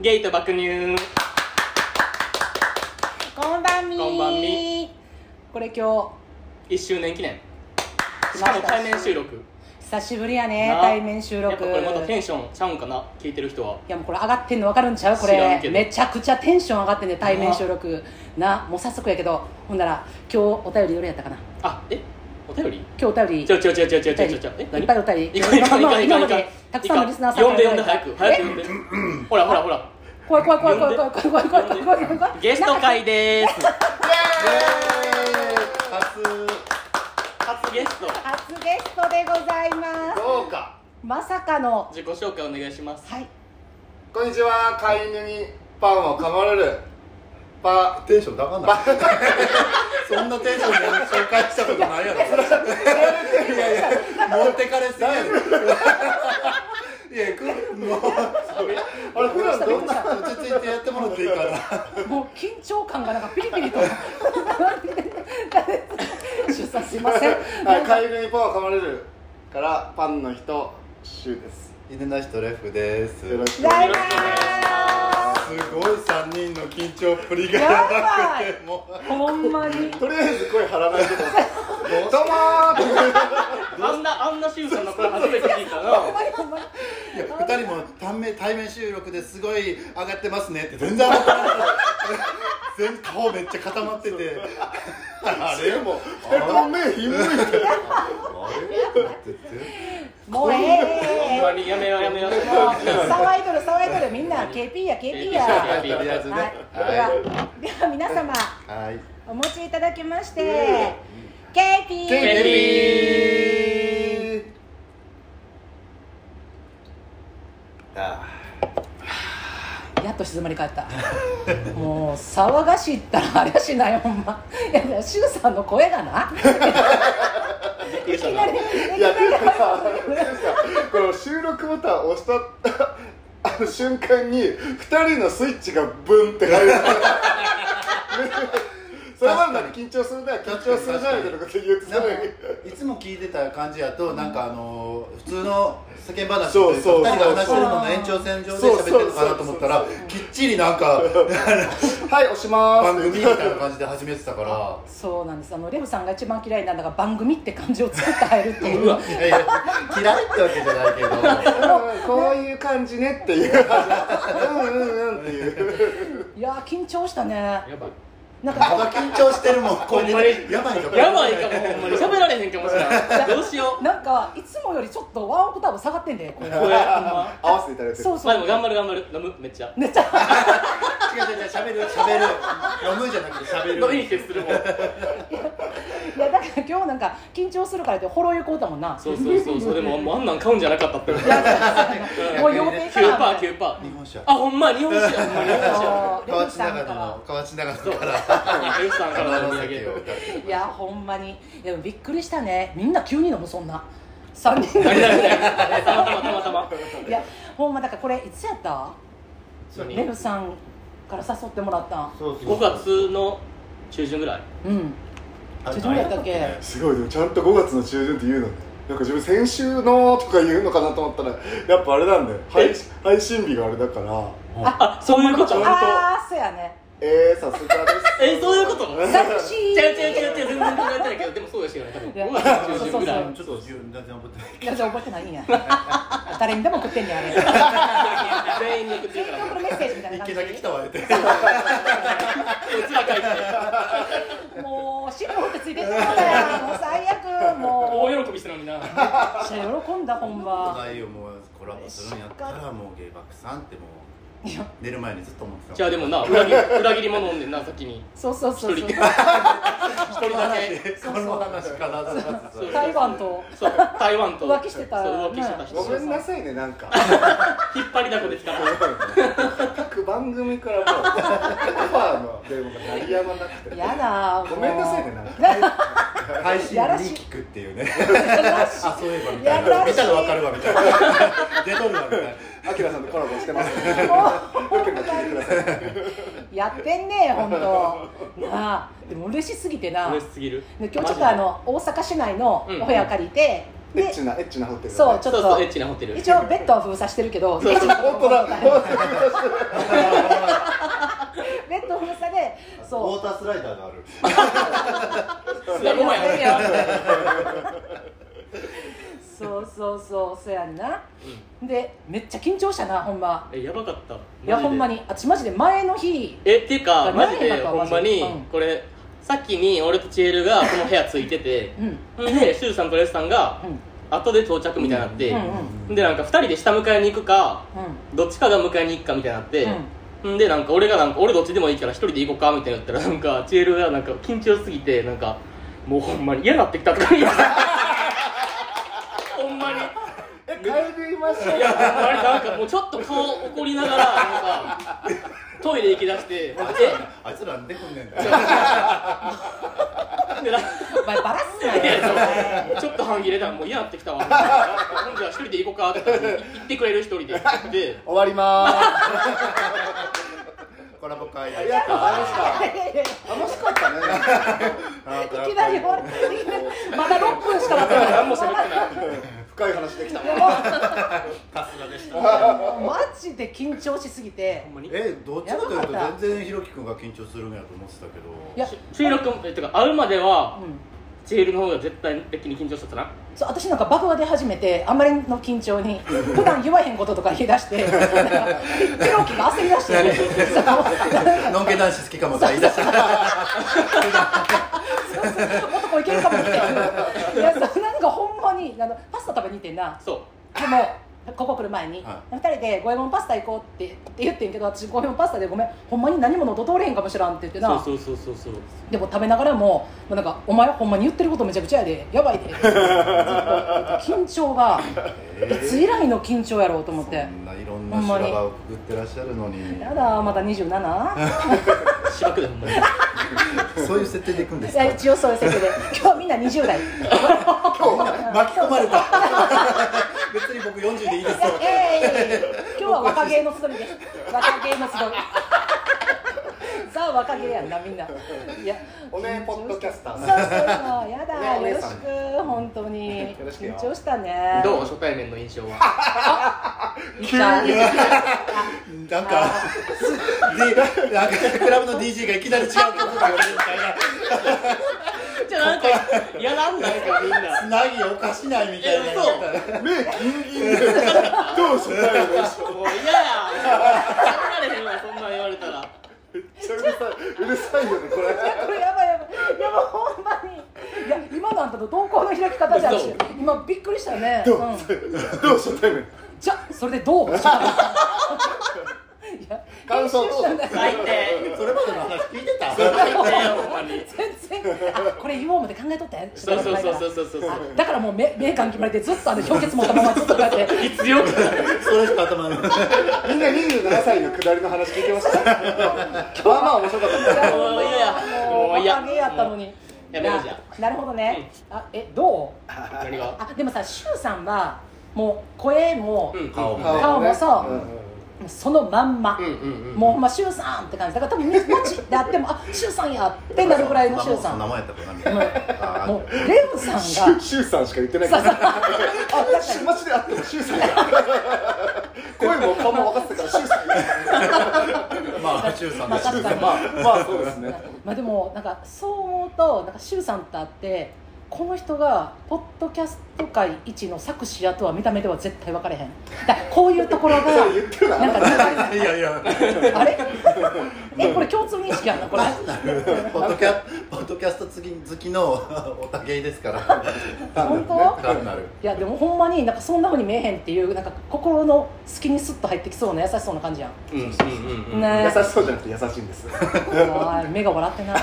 ゲイと爆乳こんばんみーこんばんみこれ今1周年記念日しかも対面収録久しぶりやねな対面収録やっぱこれまたテンションちゃうんかな聞いてる人はいやもうこれ上がってんの分かるんちゃうこれ知らんけどめちゃくちゃテンション上がってんね対面収録なもう早速やけどほんなら今日お便りどれやったかなあえお便り今日お便りちょちょちょちょちょちょちょちょえいっぱいお便りいかんいかんいかんいかん今いまかんでたくさんのリスナーさん呼んで呼んでから早く早く呼んでほらほらほら怖い怖い怖い怖い怖い怖い怖い怖い怖い怖い怖いゲスト会でーす初初ゲスト初ゲストでございますどうかまさかの自己紹介お願いしますはいこんにちは飼い犬にパンを噛まれるパテンション高ない そんなテンションで紹介したことないやろいやいや持ってかれすぎやいやくもうあれ普段どんな落ち着いてやってもらっていいか なもう緊張感がなんかピリピリと 出産すいませんはい、飼い犬にパンを噛まれるからパンの人シュウです犬の人レフですよろしくおバイ願いバしーすごい3人の緊張っぷりがややばばいくてもうほんまにますとりあえず声張らないでくださいどうもあんなあんなしゅうさんの声初めて聞いたなほんまにいや2人も対面対面収録ですごい上がってますねって全然上がってない全然顔めっちゃ固まっててあれでも二人とも目ひんむいてもうえほんえまにやめようやめようもう騒いどる騒いどるみんな KP や KP やははいいとりあえではでは皆様はいお持ちいただきまして KP ケケビーあやっと静まり返った もう騒がしいったらあれやしないほんまいやいやシュウさんの声がなびっくりしたいきななりいいきなやりていうかさこの収録ボタンを押したあの瞬間に二人のスイッチがブンって 入るそれまでなんか緊張するな緊張するなみたいなこと言ってなたんのかにいつも聞いてた感じやとなんかあのー普通の世間話そうそ2人うが話してるのの延長線上で喋ってるのかなと思ったらそうそうきっちりなんかはい押しま番ー組すみたいな感じで始めてたからそうなんですあのレフさんが一番嫌いなんだから番組って感じを作って入るって いううわいやいや嫌いってわけじゃないけどうんこういう感じねっていううんうんうんっていういやー緊張したねやばいなんまかだ緊張してるもんこれほんまにやばいよやばいかもほんまに喋られへんかもしれ ないどうしようなんかいつもよりちょっとワンオクターブ下がってんでこれこれほんま合わせていただいてるそうまそあでもう頑張る頑張る飲むめっ ちゃめっちゃ違う違う違う喋る喋る読むじゃなくて喋るのいい気するもんいやだから今日なんか緊張するからってほろよこうたもんなそうそうそうそうでももうあんなん買うんじゃなかったってもう傭兵か9らパーみ9パー日本酒あほんま日本酒やほんま日たいな本もうレ河フ内さ長んか野のら河内長そう野から酒よしさんからのお土産いやほんまにいやでもびっくりしたねみんな急に飲むそんな3人あでれだよね たまたまたまたまいやほんまだからこれいつやったレフさんから誘ってもらったんそう5月の中旬ぐらいうんちょどうやったっけすごいでもちゃんと5月の中旬って言うのねなんか自分先週のとか言うのかなと思ったらやっぱあれなんだよ配信配信日があれだからあそういうことああそうやねえー、さすがです えそういうこと寂し違うい違う違う違う全然考えてないけどでもそうですよね多分5月の中旬ぐらいちょっと自分全然覚えてないいやじゃあ覚えてないんや誰にでも送ってんねんあれ全員に送ってるからこれメッセージみたいな一感件だけ来たわってうちら書いてじもう尻尾振ってついてってもうたやんもう最悪もう大喜びしたのになめっちゃ喜んだほんま内容もうコラボするんやったらもう芸爆さんってもいやう寝る前にずっと思ってたじゃあでもな裏切り 裏切りも飲んでんな先にそうそうそう一そ人う一人だけこの話必ずそうそう台湾とそう台湾と浮気してたそう浮気してた人ごめんなさいねなん か引っ張りだこですから各番組からもうオファーの電話が鳴りやまなくてやだごめんなさ いねなんか配信に聞くっていうねあそういえばみやらしい見たらわかるわみたいな出とるわみたいなアキラさんとコラボしてますねもよければ聞いてくださいうやってんねえほんとなあでも嬉しすぎてな嬉しすぎるで今日ちょっとあの大阪市内のお部屋を借りて、エッチなエッチなホテルだねそうちょっそうそうエッとチなホテル一応ベッドは封鎖してるけどそうそう本当 だ本当だベッド封鎖でウォそータースライダーがあるう砂浜やねそうそうそうそやんなでめっちゃ緊張したなほんまえやばかったマジいでやほんまにあちマジで前の日えってかマジ何やっでたかほんまにマジでうんこれさっきに俺とチエルがこの部屋ついててうんうほんんでシュウさんとレスさんが後で到着みたいになってうんうんほんでなんか2人で下迎えに行くかどっちかが迎えに行くかみたいになってほんでなんか俺がなんか俺どっちでもいいから一人で行こうかみたいになったらなんかチエルがなんか緊張しすぎてなんかもうほんまに嫌になってきた とか言い出してほんまにえ帰りましょういや、あれなんかもうちょっと顔怒りながら、なんか、トイレ行き出して、えあいつらなんでこんねんだよでなお前バラすないやよそうちょっと半切れだ、もう嫌になってきたわ。じゃあ一人で行こうかって言ったら、行ってくれる一人で。で、終わりまーすコラボ会ありがとうございました 楽しかったねなんかいきなり終わるまだ6分しか経ってない何も喋ってない。深い話できた春日でしたもうマジで緊張しすぎてほんまに。えどっちかというと全然ひろきくんが緊張するんやと思ってたけどいや収録も、えてか会うまではう、んチールの方が絶対的に緊張しちゃったな。そう私なんかバフが出始めてあんまりの緊張に普段言わへんこととか言い出してなんかペロキが焦り出してそうのんけ男子好きかもさ言い出したもっとこういけるかもみたいないやそうなんかほんまにあのパスタ食べに行ってんなそう。でもここ来る前に、は二2人で「五右衛門パスタ行こう」ってって言ってんけど私五右衛門パスタでごめんほんまに何も喉通れへんかもしらんって言ってなそうそうそうそうそう。でも食べながらももうなんか「お前ほんまに言ってることめちゃくちゃやでやばいで」 緊張がいつ以来の緊張やろうと思ってそんないろんな修羅場をくぐってらっしゃるのにやだまだ 27? 芝生でほんまに。そういう設定でいくんですいやか一応そういう設定で今日みんな20代 今日巻き込まれた 別に僕40でいいですよええ今日は若芸の集いです若芸の集いザ若芸やんなみんないやおねえポッドキャスタそうーそうそうやだねおよろし姉さんく本当によろしくよ緊張したねどう初対面の印象は。急になんか D- なんかクラブの DJ がいきなり違うこと言われるみたいじゃあなんか、やらんないかみんな。なつなぎおかしないみたいなえ嘘目ギンギンでどうしたらいいのもめっう嫌や。やられへんわ、そんなん言われたら。ちゃうるさいうるさいよねこれこれやばいやばいやばいほんまにいや今のあんたと瞳孔の開き方じゃんそう今びっくりしたねどううんどうしたらいいのじゃそれ でどういや感想ど練習しうたんだ最低。それまでの話聞いてた最低よ、ほんまに。全然あこれ言おうまで考えとったやんそうそうそうそうそうそうそうあだからもう目目感決まれてずっとあの氷結持ったままずっとこうやって必要それしか頭にみんな27歳の下りの話聞いて ましたまあまあ面白かったねもう嫌やももうう嫌若気やったのにやめようじゃあなるほどねあえどう何があでもさしゅうさんはもう声もうん顔も顔もさうんうんそのまんまうんうんうんもうほんましゅうさんって感じだから多分もちであっ てもあしゅうさんやってなるぐらいのしゅうさん名も前やったかなうレオさんが シュシュウさんしか言ってない からあシュマジであってもシュウさんや声も顔も分かってたからシュウさんやまあ中さんまだあし確かにまあまあそうですねまあでもなんかそう思うとなんかシュウさんと会ってこの人がポッドキャスト界一の作詞やとは見た目では絶対分かれへんだからこういうところが言ってるななんかいやいやあれえこれ共通認識やんなこれポッドキャポッドキャスト好き好きのおたけですから 本当単なるいやでもほんまになんかそんなふうに見えへんっていうなんか心の隙にスッと入ってきそうな優しそうな感じやん、うんうんうんうんね優えしそうじゃなくて優しいんですおい目が笑ってない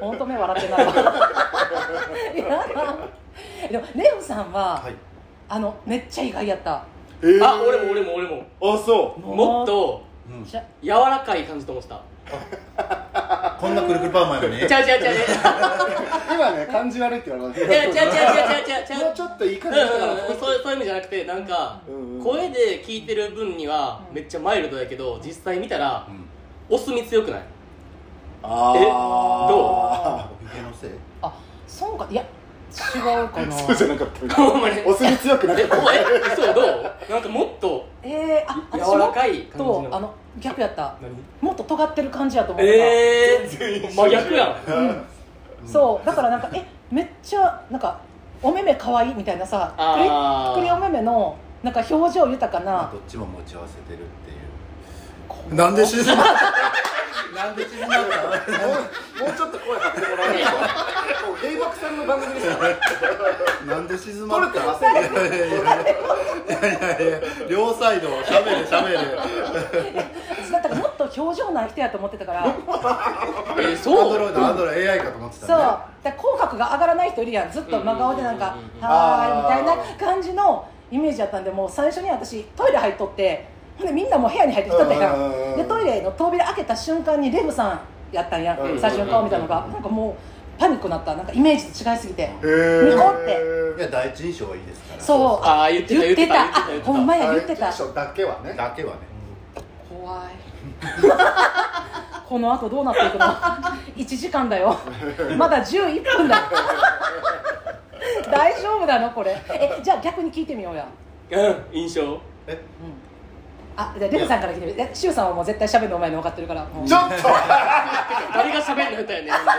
ほんと目笑ってないわ いやでもレオさんは、はいあのめっちゃ意外やったえーあ俺も俺も俺もあそうもっとうんじゃ柔らかい感じと思ってたこんなくるくるパーマやのにちゃうちゃうちゃうちゃ今ね感じ悪いって言われたういやちゃうちゃうちゃうちゃうちゃうちゃもううちょっといい感じだからうんうんそういうそういう意味じゃなくてなんかうんうん声で聞いてる分にはめっちゃマイルドやけど実際見たらうんお墨強くないあえーどおひげのせいあそうかいや違うかなそうじゃなかったみたいほんまにお墨強くなかえったお前えそうどうなんかもっとえー、あ柔私もらかいっ感じとのあの逆やった何もっと尖ってる感じやと思った、ええ全然真逆やんそうだからなんかえめっちゃなんかお目目可愛いみたいなさクリあクリお目目のなんか表情豊かなどっちも持ち合わせてるっていうこなんで静まったなんで静まったもうちょっと声張ってもらわないともう芸爆さんの番組ですからなんで静取まれってたません いやいやいやいやいや両サイドしゃべれしゃべれ私だったらもっと表情ない人やと思ってたからえーアンドそうロイドアンドロイド AI かと思ってたそうねだから口角が上がらない人いるやんずっと真顔でなんかうんうんうんう「んはーい」みあーたいな感じのイメージやったんでもう最初に私トイレ入っとってほんでみんなもう部屋に入ってきとったやうんうんうんんでトイレの扉開けた瞬間にレブさんやったんやうん最初の顔見たのがなんかもうパニックになったなんかイメージと違いすぎてへーニコっていや第一印象はいいですからそうあー言ってた言ってた言ってたあ言ってたほんまや第言一ってた印象だけはねだけはね怖い この後どうなっていくの 1時間だよまだ11分だよ大丈夫なのこれえじゃあ逆に聞いてみようや、うん印象えうん、あじゃあレブさんから聞いてみるえシュウさんはもう絶対喋るのお前の分かってるからもうちょっと誰が喋んの歌やねんなんか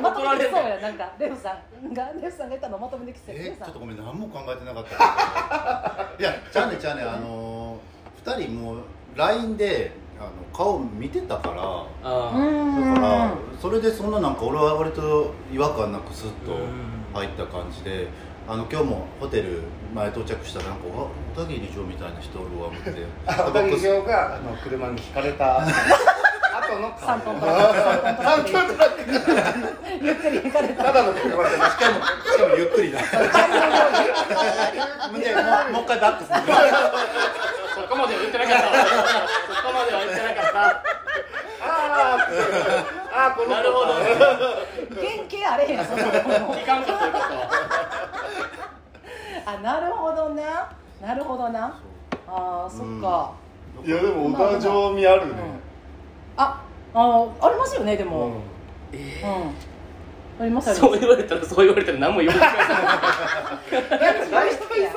まとめてきそう怒らやなんかレブさんがレブさんが言ったのまとめてきそうレえブちさょんっとごめん何も考えてなかったけどいやじゃあねじゃあねあのー、2人もう LINE であの顔見てたかうらあだからーそれでそんななんか俺は割と違和感なくスッとうん入った感じであの今日もホテル前到着したらなんかうわ小田切城みたいな人おるわ思ってタ小バ田コ切吸う城 があの車にひかれ た後の3顔トントラタンックク3トトントラッラッククゆっくり行かれたただの車じゃなしかもしかもゆっくりだもう一回もう一回バックするそこまでは言ってなかったそこまでは言ってなかっあーあーこたのなるほど原型あれへんやんそんなもん聞かんかったよかったあなるほどななるほどなあーそっか、いやでも小田城味あるうんね、ああーありますよねでも、うんえありますあーりそまうす言われたらそう言われたら何も言われてないなんか大体さ、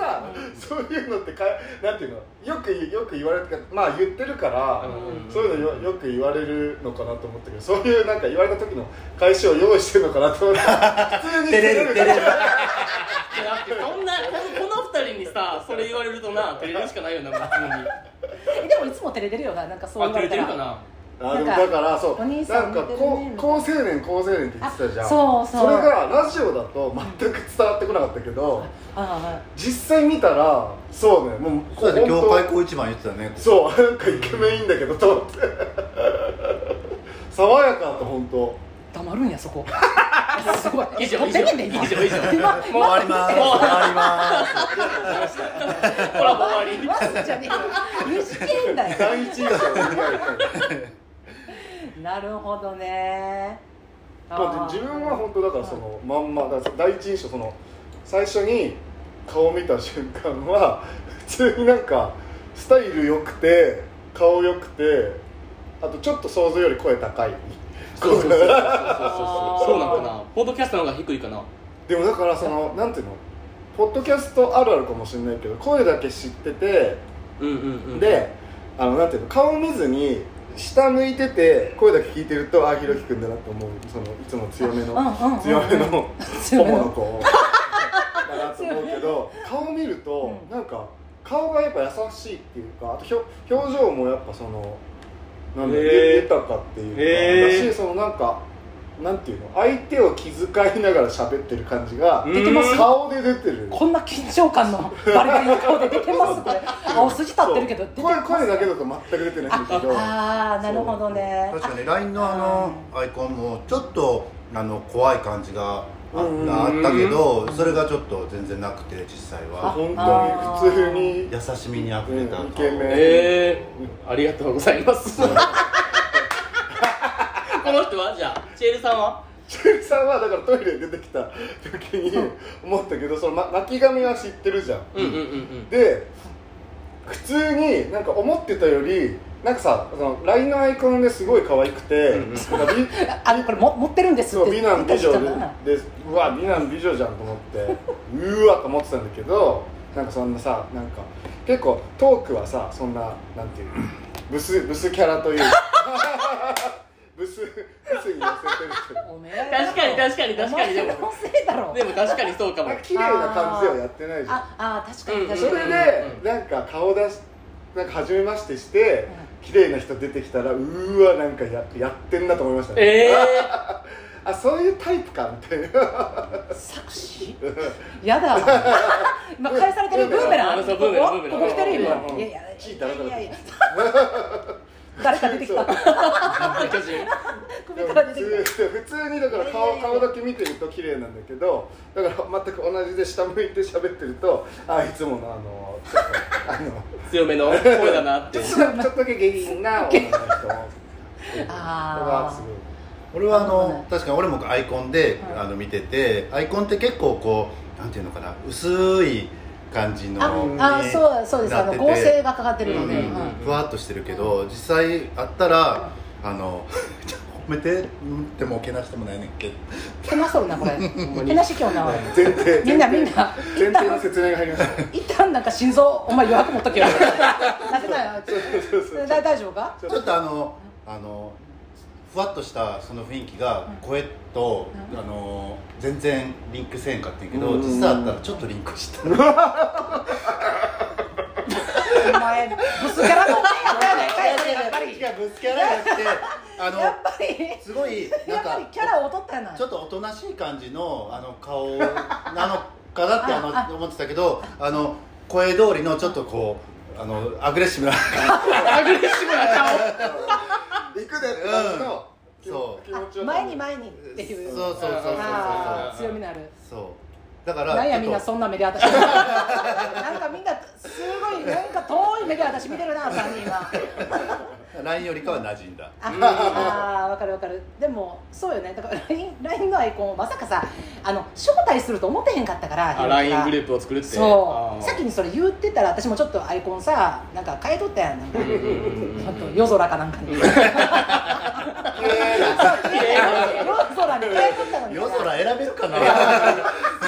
そういうのってかなんていうのよく言うよく言われてまあ言ってるから、うんそういうのよよく言われるのかなと思ったけどそういうなんか言われた時の返しを用意してるのかな と思った普通に照れる照れるだってそんなこの二人にさそれ言われるとな照れるしかないよな別にえでもいつも照れてるよななんかそうあ言照われれたてらるかなあでもなんかだからそうおな兄んさんか似てるねこみたいなう高青年高青年って言ってたじゃんあそうそうれがラジオだと全く伝わってこなかったけどあ実際見たらそうねもうそうだね本当業界高一番言ってたねそう なんかイケメンいいんだけどと 思って爽やかと本 当あ黙るんや そこすごい以上撮ってみんで以今上以上以 上今終わります終わりますコラボ終わりマジじゃねえよ短い んだよ第一印象がなるほどねまあ、自分は本当だからそのまんまだから第一印象その最初に顔見た瞬間は 普通になんかスタイル良くて顔良くてあとちょっと想像より声高いそうそうそうそうそうそうあーそうなのかなポッドキャストの方が低いかなでもだからそのなんていうのポッドキャストあるあるかもしれないけど声だけ知っててうんうんうんであのなんていうの顔見ずに下向いてて声だけ聞いてるとあひろきくんだなと思うそのいつも強めのうんうんうん強めの強めホのモの子 だなと思うけど顔見るとうんなんか顔がやっぱ優しいっていうかあとひょ表情もやっぱそのなんだろうへー豊かっていうか、へーだしそのなんかなんていうの相手を気遣いながら喋ってる感じができます顔で出てる こんな緊張感 のバレバレの顔で出てますこれ青筋立ってるけど出てそうます声声だけだと全く出てないんだけどああなるほどね確かに LINE のあのアイコンもちょっとあの怖い感じがあったうんあったけどそれがちょっと全然なくて実際は本当に普通に優しみにあふれたうんイケメンえー、ありがとうございます。この人はじゃあ、チエルさんはチュウさんはだからトイレ出てきた時に思ったけどそのま巻き髪は知ってるじゃんうんうんうんうん。で普通になんか思ってたよりなんかさその LINE のアイコンですごい可愛くて、うんうんなん か美あのこれも持ってるんですそっうて美男美言女った人なででうわ美男美女じゃんと思って うーわと思ってたんだけどなんかそんなさなんか結構トークはさそんななんていうブスブスキャラとい うかブスブスに寄せてるけどおめえだろ確かに確かに確かにでもお前のせいだろでも確かにそうかもなんか綺麗な感じではやってないじゃんああ確かにー確そかに、れうでんなんか顔出しなんか初めましてして綺麗な人出てきたらうーわなんかややってんなと思いましたねええあそういうタイプかみたいな作詞やだ今返されてるブーメランそこうこブーメランブーメラこンこ来てるうんう今んいやいや聞いたらいやいや誰か出てきたー、巨人で首もから普出てきた通普通にだからいやいや顔いや顔だけ見てると綺麗なんだけどだから全く同じで下向いて喋ってるとあいつものあのちょっとあの強めの声だなってちょっとちょっとだけ下品な女の人あーす俺はあそうねの確かに俺もアイコンで、うんあの見ててアイコンって結構こうなんていうのかな薄い感じのああにそうそうですあなっのてて合成がかかってるのうんで、うんふわっとしてるけど、実際会ったら、あの 褒めてってもけなしてもないねんけどけなそうなこれけなしきょうな俺ごい前提みんなみんな前提の説明が入りました一旦なんか心臓お前余白持っとけよなってないよ だ大丈夫かちょっとあのあのふわっとしたその雰囲気が声と、あの全然リンクせんかっていうけど、うん実際あったらちょっとリンクしたお前ブスキャラのねやっぱ り違うぶつけられなくてあやっのぱりすごいやなっぱりんキャラかを劣ったやないちょっとおとなしい感じのあの顔なのかなってあのあ思ってたけどあの声通りのちょっとこうあのアグレッシブなアグレッシブな顔行くでって感じの気そ持う気持ちあを前に前にっそうていうそうそうそうそうあーそうそうそう強みのあるそうだからなんやちみんょっなとそんな目で私なんかみんなすごいなんか遠い目で私見てるな3人は LINE よりかは馴染んだああーわかるわかるでもそうよねだから LINE, LINE のアイコンをまさかさあの招待すると思ってへんかったからあ LINE グルーープを作るってそうさっきににそれ言ってたら私もちょっとアイコンさなんか変えとったやんなんかちょっと夜空かなんかに夜空に変えとったのに夜空選べるかな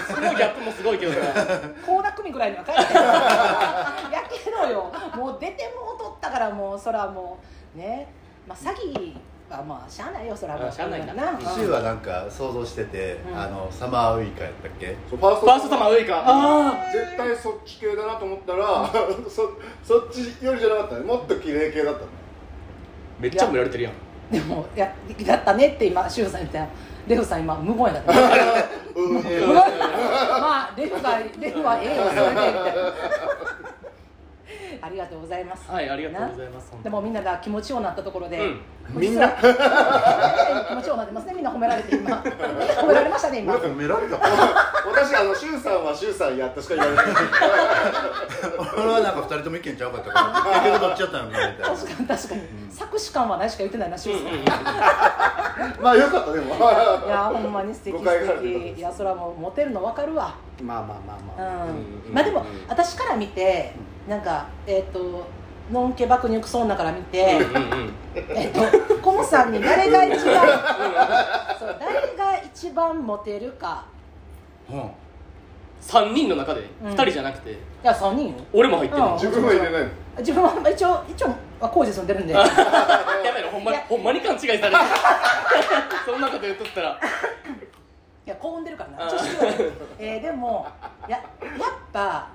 そのギャップもすごいけどな倖田來未ぐらいには 帰ってるやけどよもう出てもうとったからもうそらもうねまあ詐欺はまあしゃあないよそらあしゃあないななシュウはなんか想像してて、うんあのサマーウイカやったっけそうファースフトァースト様ウイカあ絶対そっち系だなと思ったら そそっちよりじゃなかったねもっと綺麗系だったねーめっちゃ褒められてるやんでもややったねって今シュウさん言ったよレフさん今無言やったねうん無 言まあレフはレフはええよそれでみたいなありがとうございますはいありがとうございますでもみんなが気持ちようなったところで、うんみんな 気持ちようなってますねみんな褒められて今みんな褒められましたね今褒められた私あのシュウさんはシュウさんやったしか言われない俺はなんか二人とも意見ちゃうかっ たから結局どっちやったのかなみたいな確かに確かに、作詞感はないしか言ってないなしゅうさん、いまあよかったでも まやほんまに素敵誤解があ素るってことで敵すいやそれはもうモテるの分かるわあまあまあうん、うんまあでも、うん私から見てなんかえっ、とのんけ爆乳クソ女から見て、うんうんうんえっとコンさんに誰が一番そう誰が一番モテるかうん3人の中でうん2人じゃなくていや3人よ俺も入ってんの自分は入れないの自分は一応一応は工事住んでるんでやばいなほんまにいやほんまに勘違いされてる そんなこと言っとったらいや高温出るかあらーな調子悪い、えーでもややっぱ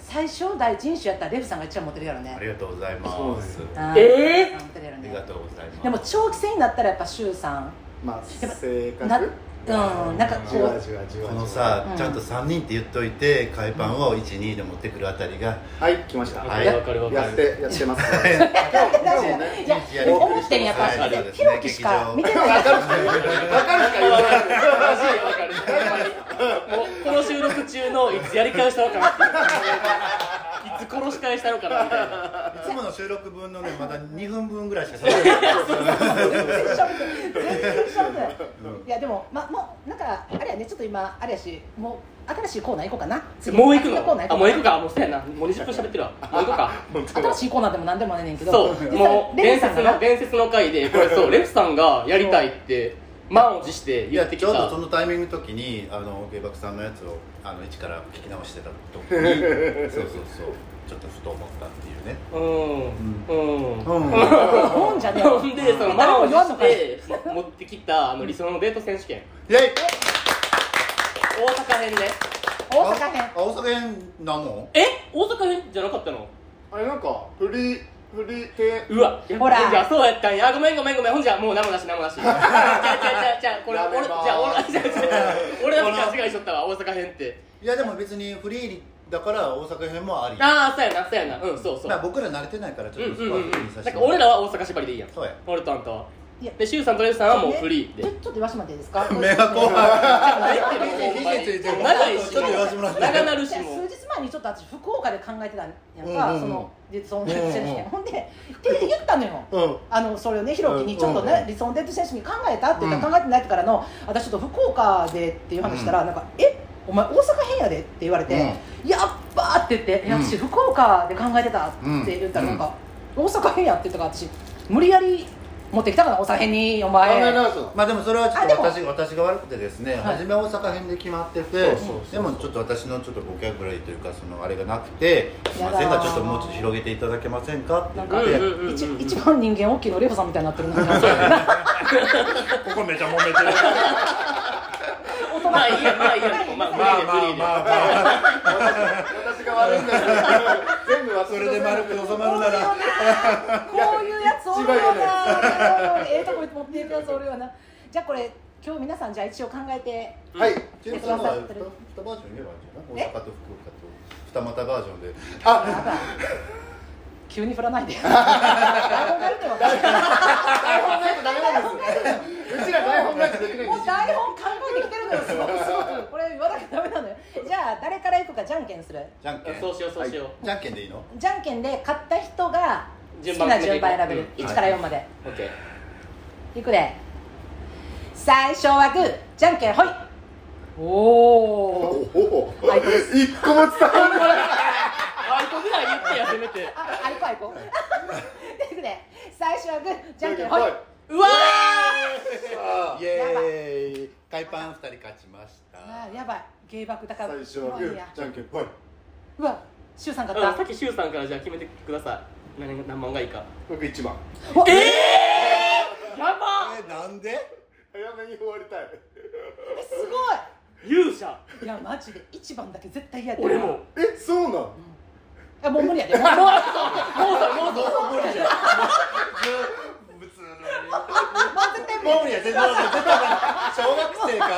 最初第一印象やったらレフさんが一番モテるやろねありがとうございまそうですすねあーえモテるやろありがねとうございますでも長期戦になったらやっぱシュウさんまあやっぱ性な格うんなんかこじわうじわじわこのさ、うんちゃんと3人って言っといて海パンを12で持ってくるあたりが、はい来ましたわはかいるわかるわかやっるて やってますだって確かそうねにいやいや思ってんやっぱはいピロキしか見てないわかるしか言わないわかるしか言わないマジでわかるもうこの収録中のいつやり返したのかなっていういつ殺し返したのかなみたいないつもの収録分のねま だ2分分ぐらいしか喋れな全い然しゃべってない全然しゃべってないいやでもまもうなんかあれやねちょっと今あれやしもう新しいコーナー行こうかな次もう行く新しいコーナーのあ行こもうう行くかかもうそうやなもう20分喋ってるわもう行こうか新しいコーナーでも何でもないねんけどそう実際もうレ伝ンさん説がのな伝説の回でこれそうレフさんがやりたいって満を持してい言やってきちたょうどそのタイミングの時にあの芸爆さんのやつをあの一から聞き直してた時 にそうそうそうちょっとふと思ったっていうねうんうんうん本じゃねえほわんで、その誰満もを言持わんのしかいて持ってきたあの理想のデート選手権イェイ大阪編ね大阪編あ大阪編なのえ大阪編じゃなかったのあれなんかフリーフリー系うわやっぱほらじゃあそうやったんやあごめんごめんごめんほんじゃもう何もなし何も なしじゃあじゃあじゃあこれやめ俺ますじゃあ俺 じゃあじゃあ俺だけ勘違いしとったわ大阪編っていやでも別にフリーだから大阪編もありああそうやなそうやなうんそうそうまあ僕ら慣れてないからちうょんっとうそんうこはんフうリーにさんせだてからもら俺うらは大阪縛りでいいやんそうや俺とあんたはいやでシュウさんとレフさんはもうフリーでちょちょっと言わせてもらっていいですか 目が怖い長いしちょっと言わせてもらって長なるいしやもう数日前にちょっと私福岡で考えてたんやんか、うんうんうんその理想のデート選手権、うんうんほんでって言ったのようんあのそれをねひろきにちょっとね、うんうん理想のデート選手に考えたって言ったら、うん考えてないってからの私ちょっと福岡でっていう話したら、なんかえお前大阪編やでって言われて、やっばーって言って、いやうん私福岡で考えてたって言ったらなんか、大阪編やって言ったから私無理やり持ってきたから大阪編にお前考え直すのまあでもそれはちょっあでとも私私が悪くてですね、はい初め大阪編で決まっててそうそうそうそうでもちょっと私のちょっとボキャブラリーというかそのあれがなくて「すいませんやがだーちょっともうちょっと広げていただけませんか?」って言っなんんかて、うんうん一うん一番人間大きいのレフさんみたいになってるなここめちゃ揉めてるま大人あいいやまあいいやでもまあまあフリまあーでまあまあ私が悪いんだよ全部私それで丸く収まるならこういうやつおるよな。ええとこ持っていくやつおるよな。じゃあこれ今日皆さんじゃあ一応考えて。はいちなみにそのは二二バージョン言えばいいんじゃないえ大阪と福岡と二股バージョンでやばい急に振らな いで。台本があるのよ台本ないとダメなんですうちら台本ないとできないんでもう台本考えてきてるのよ。すごくすごく。これ言わなきゃダメなのよ。じゃあ誰から行くかじゃんけんする。じゃんけんそうしようそうしようじゃんけんでいいのじゃんけんで買った人が好き順番な順番選べうるん。一から四まで。オッケーいくで。最初はグー、じゃんけんほい。おお。おおあいこです一個も伝わらないあいこぐらい言ってやせめてあ、あいこあいこ。で、いくで。最初はグー、じゃんけん、ほい。はやいうわイエーイ海パン二人勝ちましたばい、やばい、芸爆だから。最初はもグういいーやじゃんけんぽいうんうわ、しゅうさん勝ーっうんさたっ。きシュウさんからじゃあ決めてください何何番がいいか僕一番えやばえなんで早めに終わりたいすご勇者い。いや、マジで、一番だけ絶対嫌やってる俺もえそうなのいや、もう無理やで。もう、もう、もう、もう、もう、もう、普通の絶対無理。もう無理や全然無理絶対無理小学生か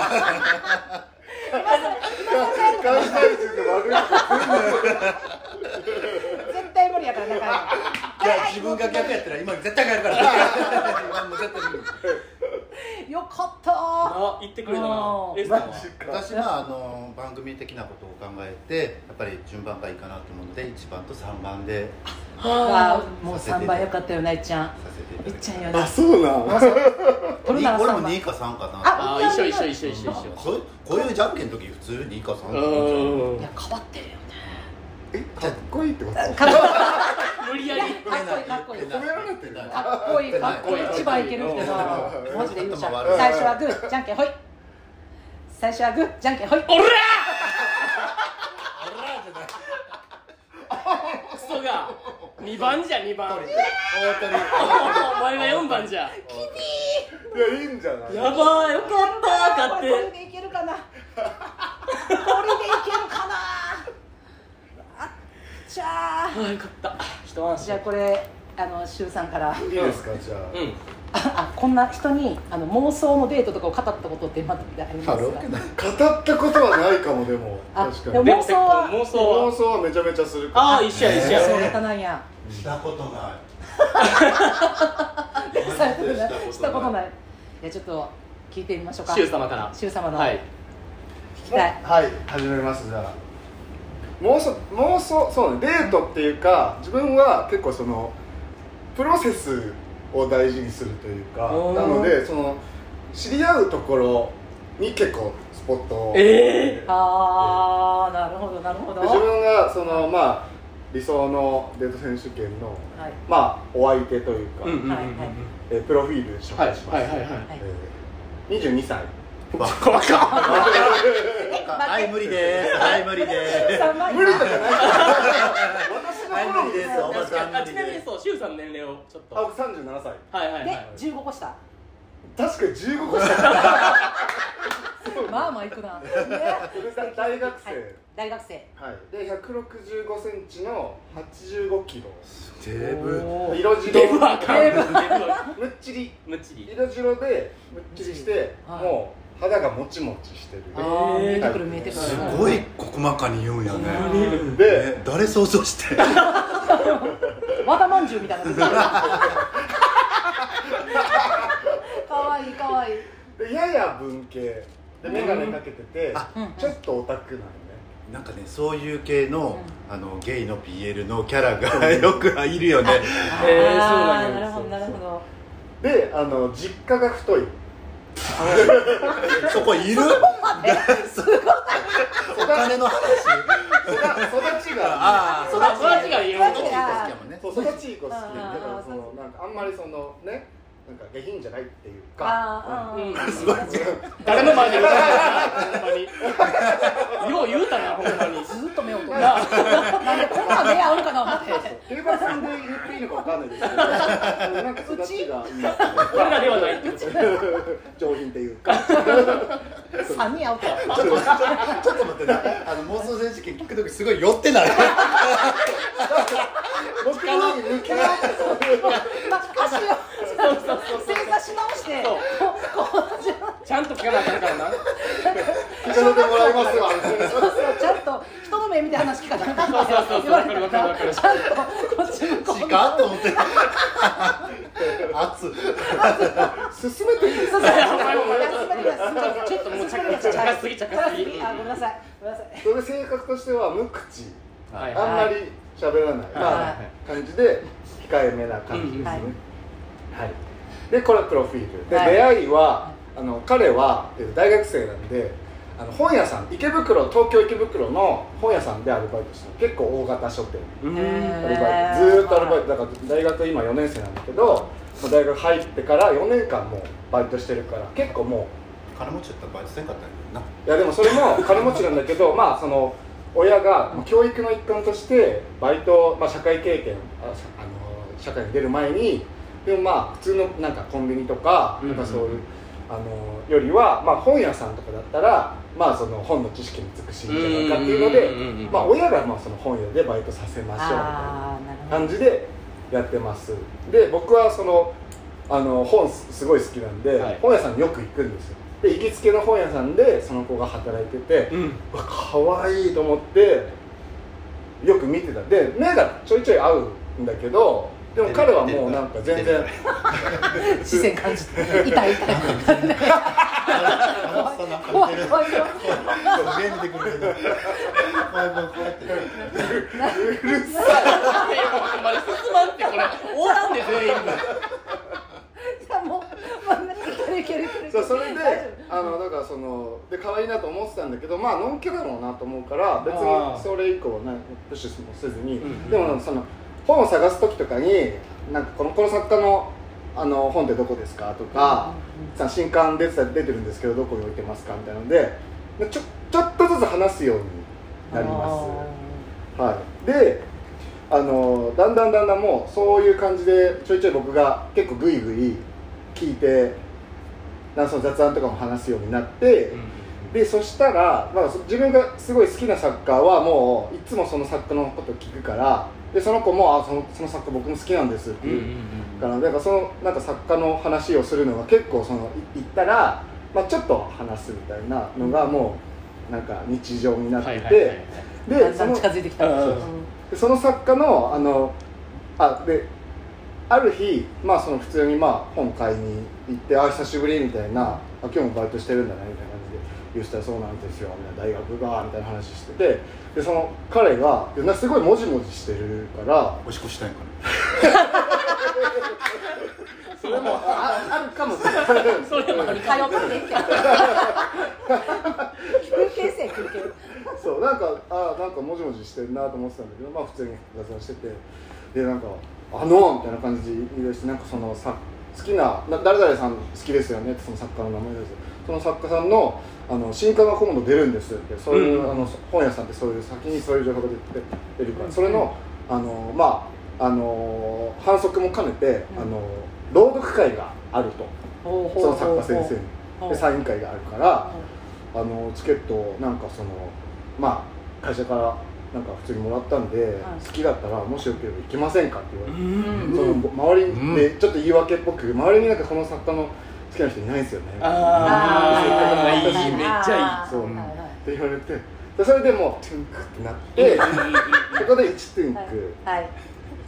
関西人が悪い絶対無理やから、だから。いや自分が逆やったら今絶対逆やから今もう絶対無理よかったー。あ言ってくれたなうんレスさんは マジか私はあの番組的なことを考えてやっぱり順番がいいかなと思うので1番と3番でわーもう三番よかったよ、ないちゃんさ。せていいただっきちゃんまよあな。そうなの取るならす俺三も2番。か3かなああー一緒一緒一緒一緒一緒ここういうじゃんけんの時普通2か3うかーいんや、変わってるよね。えかっこいいってことかっこいい無理やりかっこいいかっこいい褒められてるなかっこいいかっこいい一番いける人だマジで勇者最初はグーじゃんけんほい最初はグーじゃんけんほいおらクソが2番じゃ2番 大鳥お前が4番じゃいやいいんじゃないやばーよかった勝こっれこれてでいけるかなこれでいけるかなあっちゃあーよかった一安ーじゃあ心これあのしゅうさんからいいですかじゃあうんあこんな人にあの妄想のデートとかを語ったことってまだありますかない語ったことはないかもでもあ確でかもに妄想は妄想妄は想はめちゃめちゃするああ一緒や一緒そうややったなんや したことないそうやったなんやしたことないいやちょっと聞いてみましょうかシュウ様からしゅう様のはい聞きたいはい始めますじゃあ妄想妄想そうねデートっていうか自分は結構そのプロセスを大事にするというかおーなのでその知り合うところに結構スポットをえああなるほどなるほどで自分がそのまあ理想のデート選手権のはいまあお相手というか、うんうんうんうんはいはいえープロフィール紹はい介します、はいはいはいはいえ二十22歳怖か待はっいて無理ですはい無理です三枚無理だ じゃないはい無理ですおば確さんかにあ無ち理なみにですそうシュウさんの年齢をちょっとあは僕37歳いはいはいで十五個下確かに15個下 まあまあいくな、ね、大学生はい大学生はいで1 6 5ンチの8 5キー、デブロおー色白デブはあかんデデブブはむっちりむっちり色白でむっちりして、はいもう肌がもちもちしてるあー見えーえてくる見えてくるすごい細かに言うんやねでえ誰想像して和田まんじゅうみたいな かわいいかわいい、でやや文系で眼鏡かけてて、あうんうん、ちょっとオタクなんねなんかねそういう系の,、あのゲイの PL のキャラがよくいるよねえーそうあなーんやなるほどなるほどであの実家が太いそこいるお金の話育育ちが ああそそううだだそら違うよあ好き好きやもんねそう育ちいい子好きあだかーらそのなんかあんまりそのねなんか下品じゃないっていうかあーあーうんすごい誰の前で歌うのよう言うたなほんまにずっと目を閉じてなんでこんな目合うかな思ってテレパさんで言っていいのかわかんないですけどなんか育ちがいいっていうか俺らではないってこと上品っていうか三人合うかちょっとちょっと待ってねあの妄想選手権聞くときすごい寄ってない僕の方に抜けようってまあ足を正座し直してそうこうこうじゃちゃんと聞かなあかんからな聞かせてもらいます わそうそうちゃんと人の目見て話聞かなそうそうそう言そうわわかれるわたかるかわからるちゃんとこっち向こ時う間と思って熱進めていいですそうそうちょっともうちゃかちゃかすぎちゃかすぎあごめんなさいごめんなさいそれ性格としては無口はいあんまり喋らない、まはあ、感じで控えめな感じですね、ははいいでこれプロフィールで、はい出会いはあの彼はえー大学生なんであの本屋さん池袋東京池袋の本屋さんでアルバイトしてた結構大型書店うえんアルバイトへーずーっとアルバイトだから大学今4年生なんだけどもう大学入ってから4年間もうバイトしてるから結構も金持ちだったらバイトせんかったんやういやでもそれも金持ちなんだけど まあその親がまあ教育の一環としてバイト、まあ、社会経験あさあの社会に出る前にでもまあ普通のなんかコンビニとかうんなんかそういう、あのよりは、まあ、本屋さんとかだったら、まあ、その本の知識につくしいいんじゃないかっていうのうんうんうんうで、んまあ、親がまあその本屋でバイトさせましょあうみたいな。あなるほど感じでやってますで僕はそのあの本すすごい好きなんで、はい本屋さんによく行くんですよで行きつけの本屋さんでその子が働いてて、うんうわ可愛いと思ってよく見てたで目がちょいちょい合うんだけどでも彼はもうなんか全然視線感じて痛い痛いったなあのおっさんなんか怖見いてる怖いよ上見てくるけどこうやってこうやってほんまに進まんってこれ終わらんで全員じゃあもう真ん中いけるいけるいけるそうそれで 大丈あのだからそので可愛いなと思ってたんだけどまあのんきだろうなと思うから別あーにそれ以降は、ね、プッシュもせずに、うんうんでもその本を探す時とかになんかこのこの作家のあの本ってどこですかとか、さ新刊出てた出てるんですけどどこに置いてますかみたいなのででちょちょっとずつ話すように夫なります、はい、であのだんだんだんだんもうそういう感じでちょいちょい僕が結構グイグイ聞いてなんかその雑談とかも話すようになって、でそしたら、まあ、そ自分がすごい好きな作家はもういつもその作家のこと聞くからでその子もあそのその作家僕も好きなんですってうんう言んうからなんかそのなんか作家の話をするのが結構そのい行ったら、まあ、ちょっと話すみたいなのがもうなんか日常にうなっんはいてはいはいはいてだでんそだんの近づいてきたうんでその作家のあのあである日、まあ、その普通にまあ本買いに行って「あ久しぶり」みたいなあ「今日もバイトしてるんだね」みたいな感じで言うしたら「そうなんですよ」みたいな「大学が」みたいな話しててでその彼がいやなすごいモジモジしてるからおしっこしたいんかなそれもああるかもしれないそれもある通ってってなんかもじもじしてるなと思ってたんだけどまあ普通に雑談しててでなんか「あの!」みたいな感じで言い出してなんかそのさ好きなな誰々さん好きですよねってその作家の名前ですその作家さんのあの新刊が今度出るんですってそういう、うんあの本屋さんってそういう先にそういう情報が出て出るからそれのあのまああの反則も兼ねて、うんあの朗読会があるとほうほうそほうの作家先生にほうでサイン会があるから、あのチケットをなんかそのまあ会社からなんか普通にもらったんで、はい好きだったらもしよければ行きませんかって言われて、んその周りに、うでちょっと言い訳っぽく周りになんかこの作家の好きな人いないんですよねあああーいいめっちゃいいそうはいはいって言われてでそれでもうトゥンクってなってそこで1トゥンはいク、はい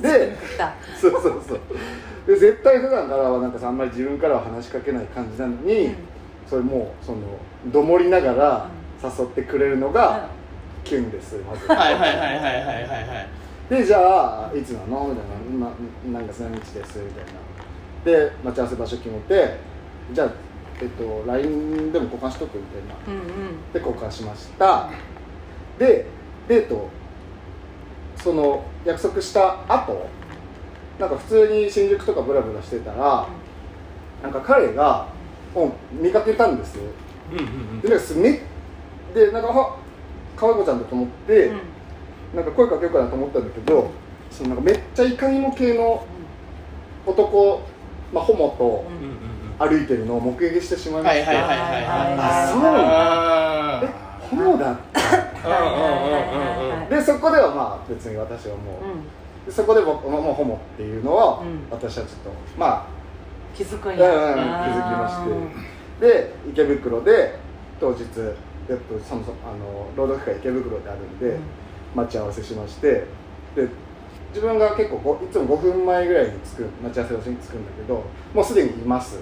で来たそうそうそうで絶対普段からはなんかさあんまり自分からは話しかけない感じなのに、うんそれもうそのどもりながら誘ってくれるのがうキュンですまずはいはいはいはいはいはいはいでじゃあいつなのみたいな「今なんか何日です」みたいなで待ち合わせ場所決めてじゃあ、えっと、LINE でも交換しとくみたいなんうんうんで交換しましたでデートその約束した後なんか普通に新宿とかブラブラしてたらなんか彼がもう見かけたんですようんうんでなんかすめでなんかあ可愛い子ちゃんだと思って、うんなんか声かけようかなと思ったんだけどそのなんかめっちゃいかにも系の男、まあ、ホモうとんうん歩いてるのを目撃してしまいまはいしはいはいたはいはいあそうあホモだったーうんうんうんうんうんでそこではまあ別に私はもう、うんでそこで僕ももうホモっていうのは、うん私はちょっとま気づくあ、んうんやうんうん気づきましてで池袋で当日やっとそもそもあの朗読会池袋であるんで、待ち合わせしましてで自分が結構こういつも5分前ぐらいに着く待ち合わせ場所に着くんだけどもうすでにいます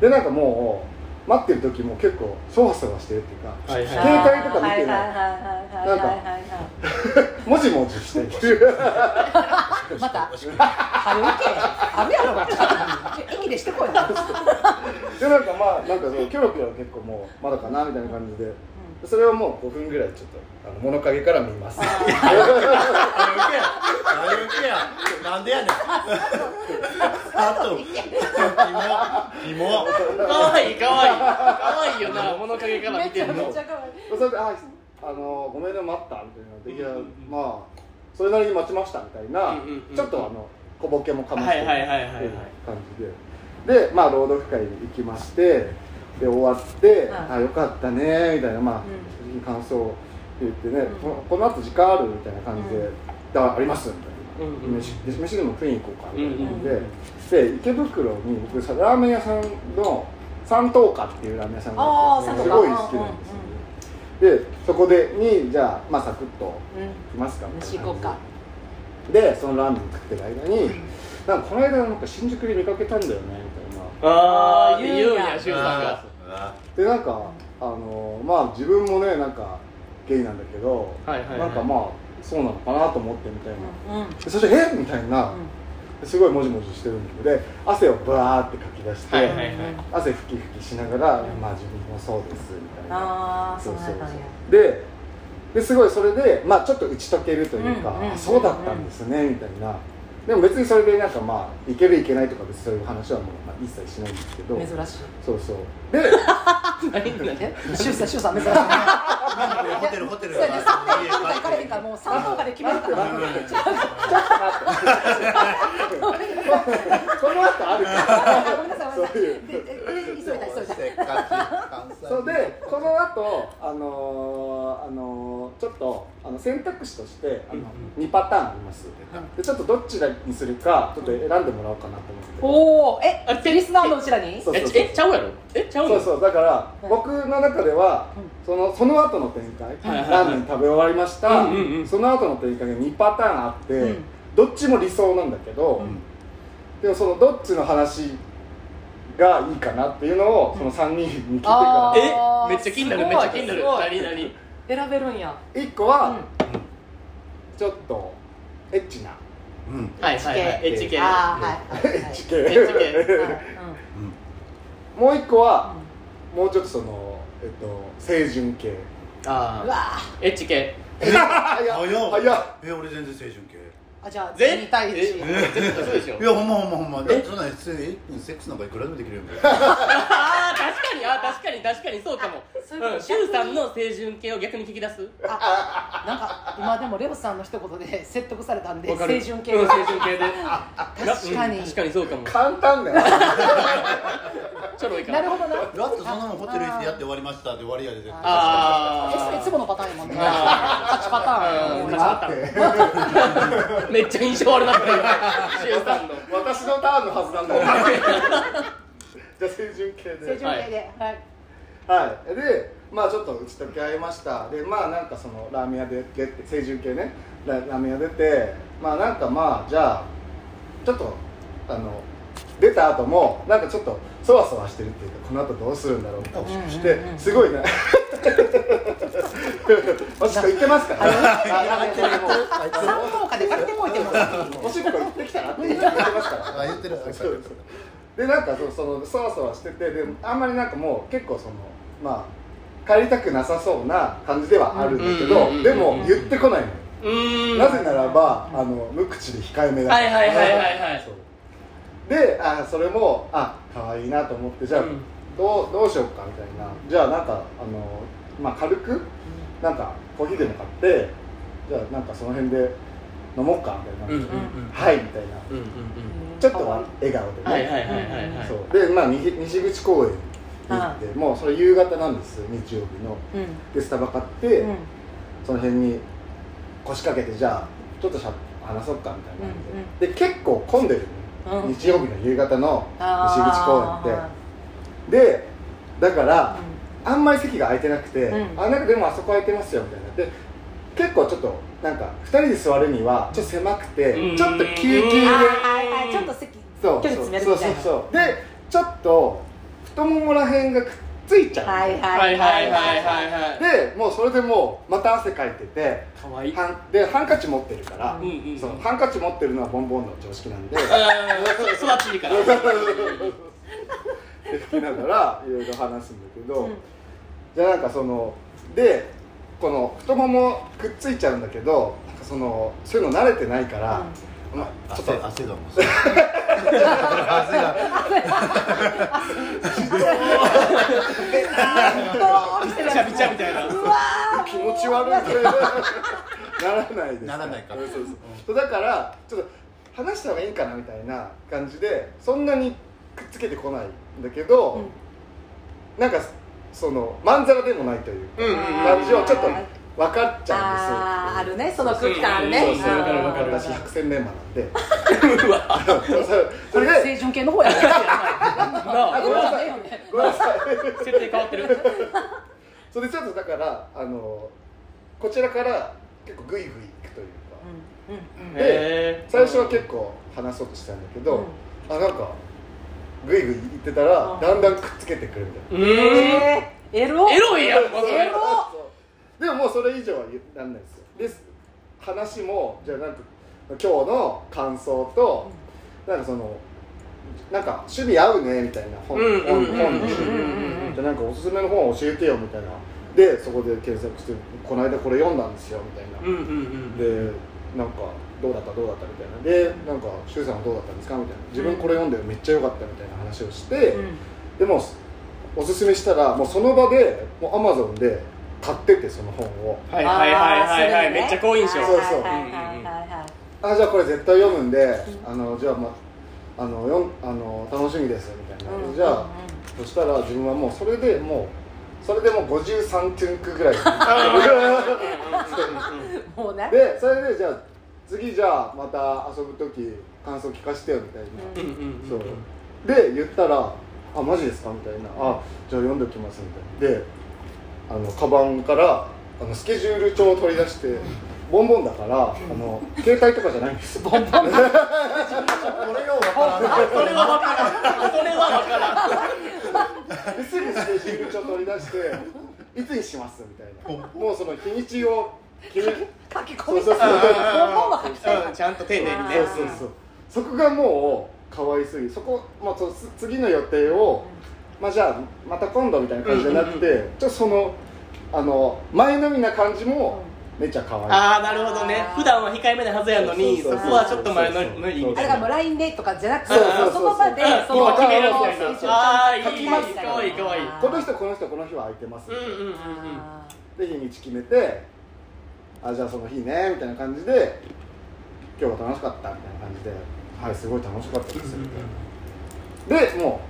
でなんかもう待ってる時も結構そわそわしてるっていうかはいはい携帯とか見てないなんかもじもじしてる また早起きあるやろが演技でしてこいなでなんかまあなんかそうキョロキョロ結構もうまだかなみたいな感じでそれをもう5分ぐらいちょっとあの物陰から見ますあれ受けやなんでやねんあとキモキモかわいいかわいいかわいいよな物陰からめ見ちてゃるめのちゃ可愛い それで「ああのごめんね待った」みたいなで「いやうんうんうんまあそれなりに待ちました」みたいな、うんうんうんちょっとあの小ボケもかましはているはいはいはいはい感じででまあ朗読会に行きましてで終わって「はいあよかったね」みたいなまあ、う正直感想を言ってね、うんここの後時間あるみたいな感じでうん「だあります」みたいな。うんうん飯飯でも食いに行こうかみたいな感じで,、うんうんで池袋に僕さラーメン屋さんの三等家っていうラーメン屋さんがあってあーす三等ごい家好きなんですよ、ねでそこでにじゃあ、まあ、サクッと行きますかみたい飯な行こうか感じででそのラーメン食ってる間になんかこの間なんか新宿で見かけたんだよねみたいなああ言言ううんんややしゅうさんがでなんかあのまあ自分もねなんかゲイなんだけど、はいはいはいなんかまあそうなのかなと思ってみたいうな、んでそして「えみたいな、すごいもじもじしてるんだけどで汗をバーってかき出して、はいはいはい汗ふきふきしながら「まあ自分もそうです」みたいなああそううなんやうでですごいそれで、まあ、ちょっと打ち解けるというか、うんうんあそうだったんですねみたいなでも別にそれでなんかまあいけるいけないとか別にそういう話はもうまあ一切しないんですけど珍しいそうそうで何何えシュウさんシュウさん珍しいホテルホテルそうやね、三点とか行かれへんから、もう三等がで決めるから。待ってちょっと待ってこの後あるからごめんなさい、ごめんなさい。で、で、で急いだ、急いだ。そうでこの後あのーあのーちょっとあの選択肢としてあの、うん2パターンありますでちょっとどっちにするかちょっと選んでもらおうかなとお思ってお、えあ、テリスナーのうちらに。そうえそうちえちゃうやろえちゃうそうのそうだからうん僕の中ではうんそのその後の展開はいはいラーメン食べ終わりました、うんうんうんその後の展開が2パターンあって、うんどっちも理想なんだけど、うんでもそのどっちの話がいいかなっていうのをその3人に聞いてかあらーえめっちゃ気になるすめごっいちゃ気になるすご何い何選べるんや。 1個うはん。ちょっとエッチなはいはいはい HK ああ、はい。はい HK もう一個はうんもうちょっとそのえっと清純系うあわあ HK 早っ早っ早っえ俺全然青春系あじゃあぜ2対1え絶対そうでしょいやほんまほんまほんまだっえてそんなん普通に1分セックスなんかいくらでもできるよみたいなああ確かにあー確かに確かにそうかもあそういうことん、シュウさんの青春系を逆に聞き出すあなんか今でもレオさんの一言で 説得されたんでわ青かる春系うんが青春系で確かになうん確かにそうかも簡単だよちょろいかならるほどな ラットそんなもんホテル行ってやって終わりましたって終わりやで絶対あえあいつものパターンやもんねあ勝ちパターンやもんね待ってめっちゃ印象悪かったよシュウさんの私のターンのはずなんだよじゃあ青春系で青春系ではいはい、でまあちょっと打ち解け合いましたでまあなんかそのラーメン屋で出て青春系ねララーメン屋出てまあなんかまあじゃあちょっとあの出た後もなんかちょっとそわそわしてるっていうかこの後どうするんだろうみたいなしてすごいね おしっこ行ってますからあラーメン屋でも三等価で借りてこいってもうおしっこ行ってきたらって言ってますからあ言ってるあそうですでなんかそのそのそわそわしててであんまりなんかもう結構そのまあ帰りたくなさそうな感じではあるんだけうんうんうんうんどでも言ってこないのよ、うーんなぜならばあの無口で控えめだはいはいはいはいはいそうであそれもあ可愛いなと思ってじゃあ、うんどうどうしようかみたいなじゃあなんかあの、まあ、軽くなんかコーヒーでも買ってじゃあなんかその辺で飲もうかみたいな、うんうんうんはいみたいなうんうんちょっとは笑顔でうんね、はいはいはいはいはいそうで、まあ、西西口公園に行って、もうそれ夕方なんです日曜日のうんでスタバ買って、うんその辺に腰掛けてじゃあちょっとしゃ話そうかみたいな感じで,、うんで結構混んでるの、うん日曜日の夕方の西あー口公園ってでだから、うあんまり席が空いてなくて、うんあなんかでもあそこ空いてますよみたいなで結構ちょっとなんか2人で座るにはちょっと狭くて、うんちょっと急急んであーはいはいちょっと席そう距離詰めるみたいなそうそうそうでちょっと太ももらへんがくっついちゃう、はいははいいはいはいはいはいでもうそれでもうまた汗かいててかわいいはんでハンカチ持ってるから、うんうんうんそうハンカチ持ってるのはボンボンの常識なんであー育ちいいからで吹きながらいろいろ話すんだけど、うんじゃあなんかそのでこの太ももくっついちゃうんだけどなんかそのそういうの慣れてないから、まあ、ちょっ汗と 汗だもん汗がどうしてびるちゃやびちゃみたいなつうわー気持 ち悪いそれならないですならないかそうそうそうだからちょっと話した方がいいかなみたいな感じでそんなにくっつけてこないんだけど、うんなんかそのまんざらでもないといううんうんうん感じをちょっと分かっちあーゃあうるんですねその空気感あるねそうそうわかるわかる私百戦錬磨なん でうわそうそうそれで青春系の方やねなああごめんなさいごめんなさい設定変わってるそれでちょっとだからあのこちらから結構グイグイいくというか、うんうんでへー最初は結構話そうとしたんだけど、あなんかグイグイ言ってたら、うんだんだんくっつけてくるみたいな、ううーんんえーエロエロいやんそうエロそうでももうそれ以上は言ってなんないですよで話もじゃあなんか今日の感想と、なんかそのなんか趣味合うねみたいな本、うん本うんうん本にうんうんうんじゃあなんかおすすめの本教えてよみたいなでそこで検索してこの間これ読んだんですよみたいな、うんうんうんでなんかどうだったどうだったみたいなでなんか「周さんはどうだったんですか?」みたいな「自分これ読んでめっちゃ良かった」みたいな話をして、うんでもおすすめしたらもうその場でもうアマゾンで買っててその本をはいはいはいはいはい、あーそれねめっちゃ好印象はいそうそうはいはいはいはいあじゃあこれ絶対読むんで、あのじゃあまああの読んあの楽しみですみたいな、うんじゃあ、うんそしたら自分はもうそれでもうそれでもう53トゥンク ぐらいもうねでそれでじゃあ次じゃあまた遊ぶ時感想聞かせてよみたいな、うんうんうんうんそうで言ったら「あマジですか?」みたいな「あじゃあ読んでおきます」みたいなであのカバンからあのスケジュール帳を取り出してボンボンだからあの携帯とかじゃないんです ボンボン俺ようそ分からんれはわからんそれはわからんですぐスケジュール帳取り出して「いつにします?」みたいなもうその日にちを決め書き込みそうそうそうボンボンは書きたいうんちゃんと丁寧にねそうそうそうそこがもう可愛すぎそこ、まあ、そつ次の予定を、まあ、じゃあまた今度みたいな感じじゃなくて、うんうんちょっとそのあの前のみな感じもめちゃ可愛いああなるほどねあー普段は控えめなはずやのにそそうそうそうこはちょっと前のそうそうそう無理みたあだいからなもう LINE でとかじゃなくてそうそうそうその場でうんその今決めるみたいな成長をちゃんとあーいい書き出したかわいいかわいいこの人この人この日は空いてます、うんうんうんうんあで日にち決めてあじゃあその日ねみたいな感じで今日は楽しかったみたいな感じではいすごい楽しかったですみたいなでも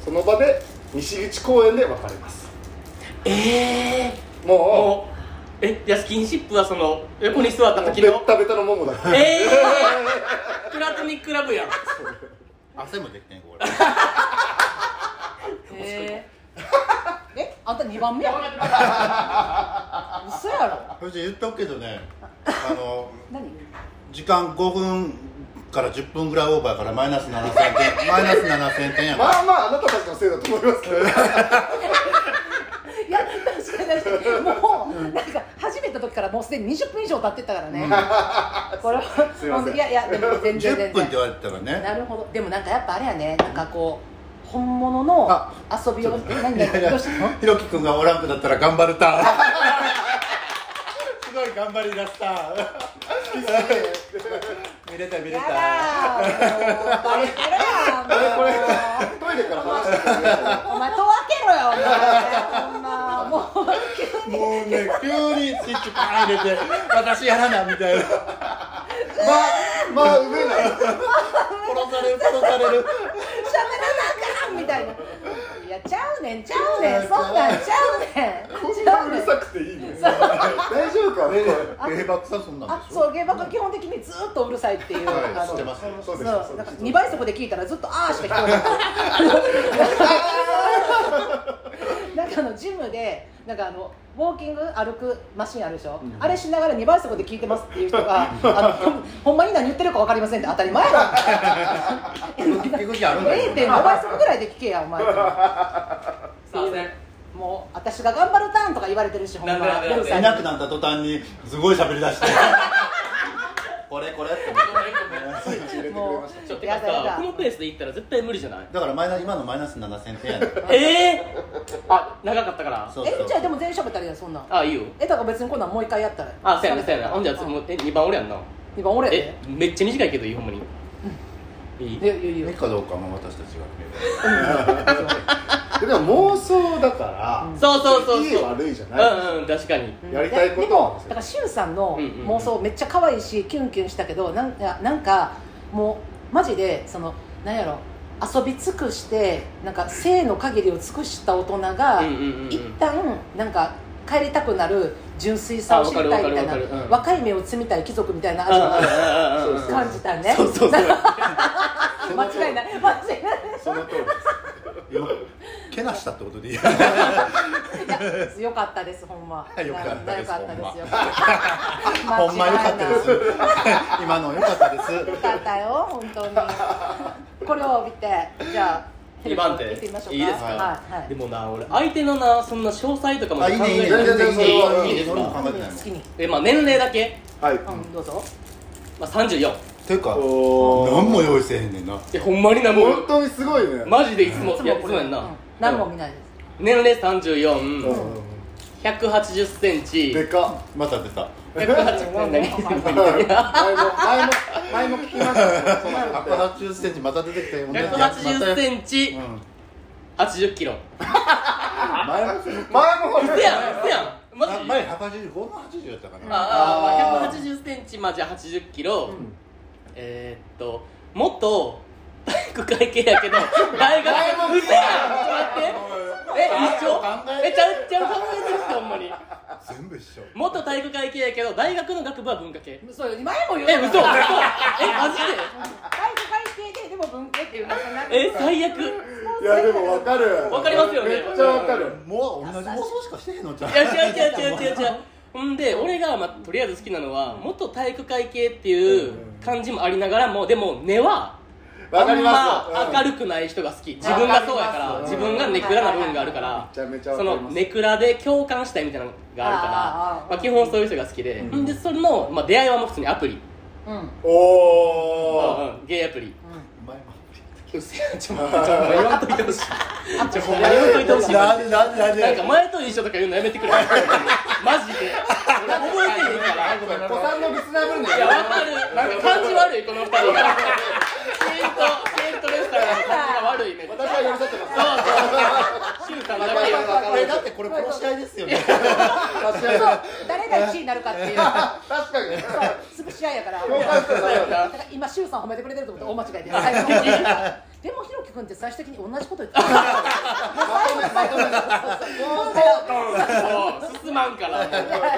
うその場で西口公園で別れますええももうえいやスキンシップはその横に座っうたもうベ時のッタベタのももだからええー、プラトニックラブやん汗も出てんこれ ーへーえあんた2番目 やろ嘘やろそして言っとくけどねあの何時間5分から10分ぐらいオーバーやからマイナス7000点マイ ナス7000点やからまあまああなたたちのせいだと思いますけどいや確かに確かにもうなんか始めた時からもうすでに20分以上経ってったからね、これはすいませんほんといやいやでも全然全然10分って言われてたらねなるほどでもなんかやっぱあれやねなんかこう本物のあ遊びを何いやいや何どうしたのひろきくんがおらんくなったら頑張るた すごい頑張りだした見れた見れやただーバレてるやんもうトイレから話してたんですけどお前と分けろよお前ほんまもう急にもうね急にスイッチパーン入れて私やらなみ たいな殺まあ埋めないされる殺され喋らるなあかんみたいないやちゃうねんちゃうねんそんなんちゃうねこんんちゃなううねるんさくていいね大丈夫かね芸爆さそんなんあでしょそう芸爆は基本的にずーっとうるさいっていう、はいあ知ってますそそううですなそうんですか2倍速で聞いたらずっと「あー」しか聞こえなかったなんかあのジムでなんかあのウォーキング歩くマシンあるでしょ、あれしながら2倍速で聞いてますっていう人があのほん ほんまに何言ってるか分かりませんって当たり前や結局やるんだよ0.5倍速ぐらいで聞けやお前すいませんもう私が頑張るターンとか言われてるしほんまなんでなんでなんでうるさいいなくなった途端にすごい喋りだして これこれってごめんごめんスイッチ入れてくれましちょっとやだやだこのペースでいったら絶対無理じゃないだからマイナ今のマイナス7000点やねええあ長かったからそうそえうじゃあでも全員喋ったらいいやんそんなんあいいよえだから別にこんなんもう一回やったらあそうやなそうやなほんじゃあうもうえ2番俺やんな2番俺やえでめっちゃ短いけどいいほんまにいいいやいやいやいいかどうかも私たちがたでも妄想だからそうそうそうそういい悪いじゃないうんうん確かにうんやりたいことはでもだからしゅんさんのうんうんうん妄想めっちゃ可愛いしキュンキュンしたけどなんかなんかもうマジでそのなんやろ遊び尽くしてなんか性の限りを尽くした大人が、うんうんうんうん一旦なんか帰りたくなる純粋さを知りたいみたあわかるわかいなるわかるうん若い目を摘みたい貴族みたいなうんうん味をうんうんうんそう感じたねそうそうそう間違いない間違いないその通りです今けなしたってこ とでいいいやよかったですほんまよかったですよかったですよ ほんま良かったで す間違いないよ今の良かったですかったよ本当にこれを見てじゃあ二番手行ってみましょうかいいですかはいはいでもな俺相手のなそんな詳細とかまあでいい考ねいえいてね全然それはいいいです俺もか考えてないもん好きにえまあ年齢だけはいうんどうぞまあ34ていうかお何も用意せえへんねんなえほんまになも本う当にすごいねマジでいつもいついやもいつもこれやうんんな何も見ないです年齢うん34 180センでチかまた出た180何っ前も前も前も聞きましたその話って180センチまた出てきたよね180センチうん80キロ前も前もうやんうやんマジあ前185の80やったかなあああー1 8 0ンチまあじゃあ8 0キロ、えー、っと元体育会系やけど大学うせやんちょっと待ってえ一緒考ええちゃうちゃう考えてるってほんまに全部一緒元体育会系やけど大学の学部は文化系そう前も言うえ嘘嘘え体マ育会系ででも文系っていうなんかなジんかでえ最悪いやでもわかるわかりますよねめっちゃわかるもう同じ妄想しかしてへんのじゃんいや違う違う違う違う違うほんで俺が、まあ、とりあえず好きなのは元体育会系っていう感じもありながらもでも根はわかりますあんま明るるくない人が好き自分がそうやかわらかります自分がネクラな部分があるかめらちゃめちゃわそかりのますネクラで共感したいみたいなのがあるあーあからーあーまあ、基本そういう人が好きで、ん、でそれの、まあ、出会いはもう普通にアプリ、うんおおうんゲイアプリ前もうっせえちょっと待ってちょっと待って言わんといてほしいちょほんま言わんといてほしいなんでなんでななんんかで前と一緒とか言うのやめて くれマジで俺覚えてへんから子さんのリスナー分にいやわかるなんか感じ悪いこの 二人がシェイントシェイントレスターの感じが悪いね私は寄り添ってますそうそうシュウさんだけわかこれだってこれ殺し合いですよね確そうかに誰が1位になるかっていう確かにすぐ試合やからそうやなだから今周さん褒めてくれてると思ったら大間違いです最初にでもひろき君って最終的に同じこと言ってたそう進まんから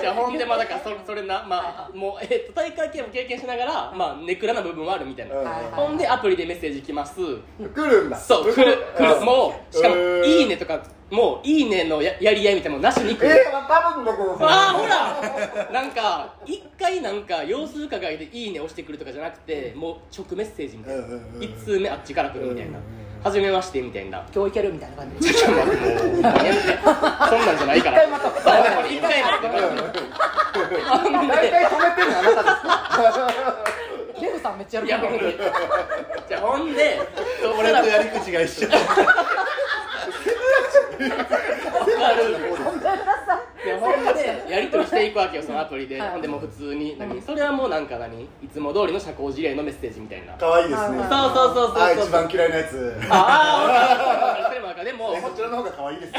じゃあほんでまあだからそそれなまあもうえっと体育会系も経験しながらまあネクラな部分はあるみたいなうんはいほんでアプリでメッセージ来ます来るんだそう来る来るもうしかもう「んいいね」とかもう「いいね」のややり合いみたいなのなしに来るえー、多分のこああほら なんか一回なんか様子伺いで「いいね」押してくるとかじゃなくてもう直メッセージみたいなうんうんうん一通目あっちから来るみたいなう「んはじめまして」みたいな 今日いけるみたいな感じちょっと待ってもう間に合ってそんなんじゃないから一回待とうそうこれ一回待とうほん大で体止めてるのあなたですレフさんめっちゃい喜やほんんででるじゃあほんでそ俺とやり口が一緒ごめんなさいいやほんでやり取りしていくわけよそのアプリで、はいほんでもう普通に何、うんそれはもうなんか何いつも通りの社交辞令のメッセージみたいな、可愛いですねはいそうそうそうそうそうあ一番嫌いなやつああ分かる分かるでもこちらの方が可愛いですね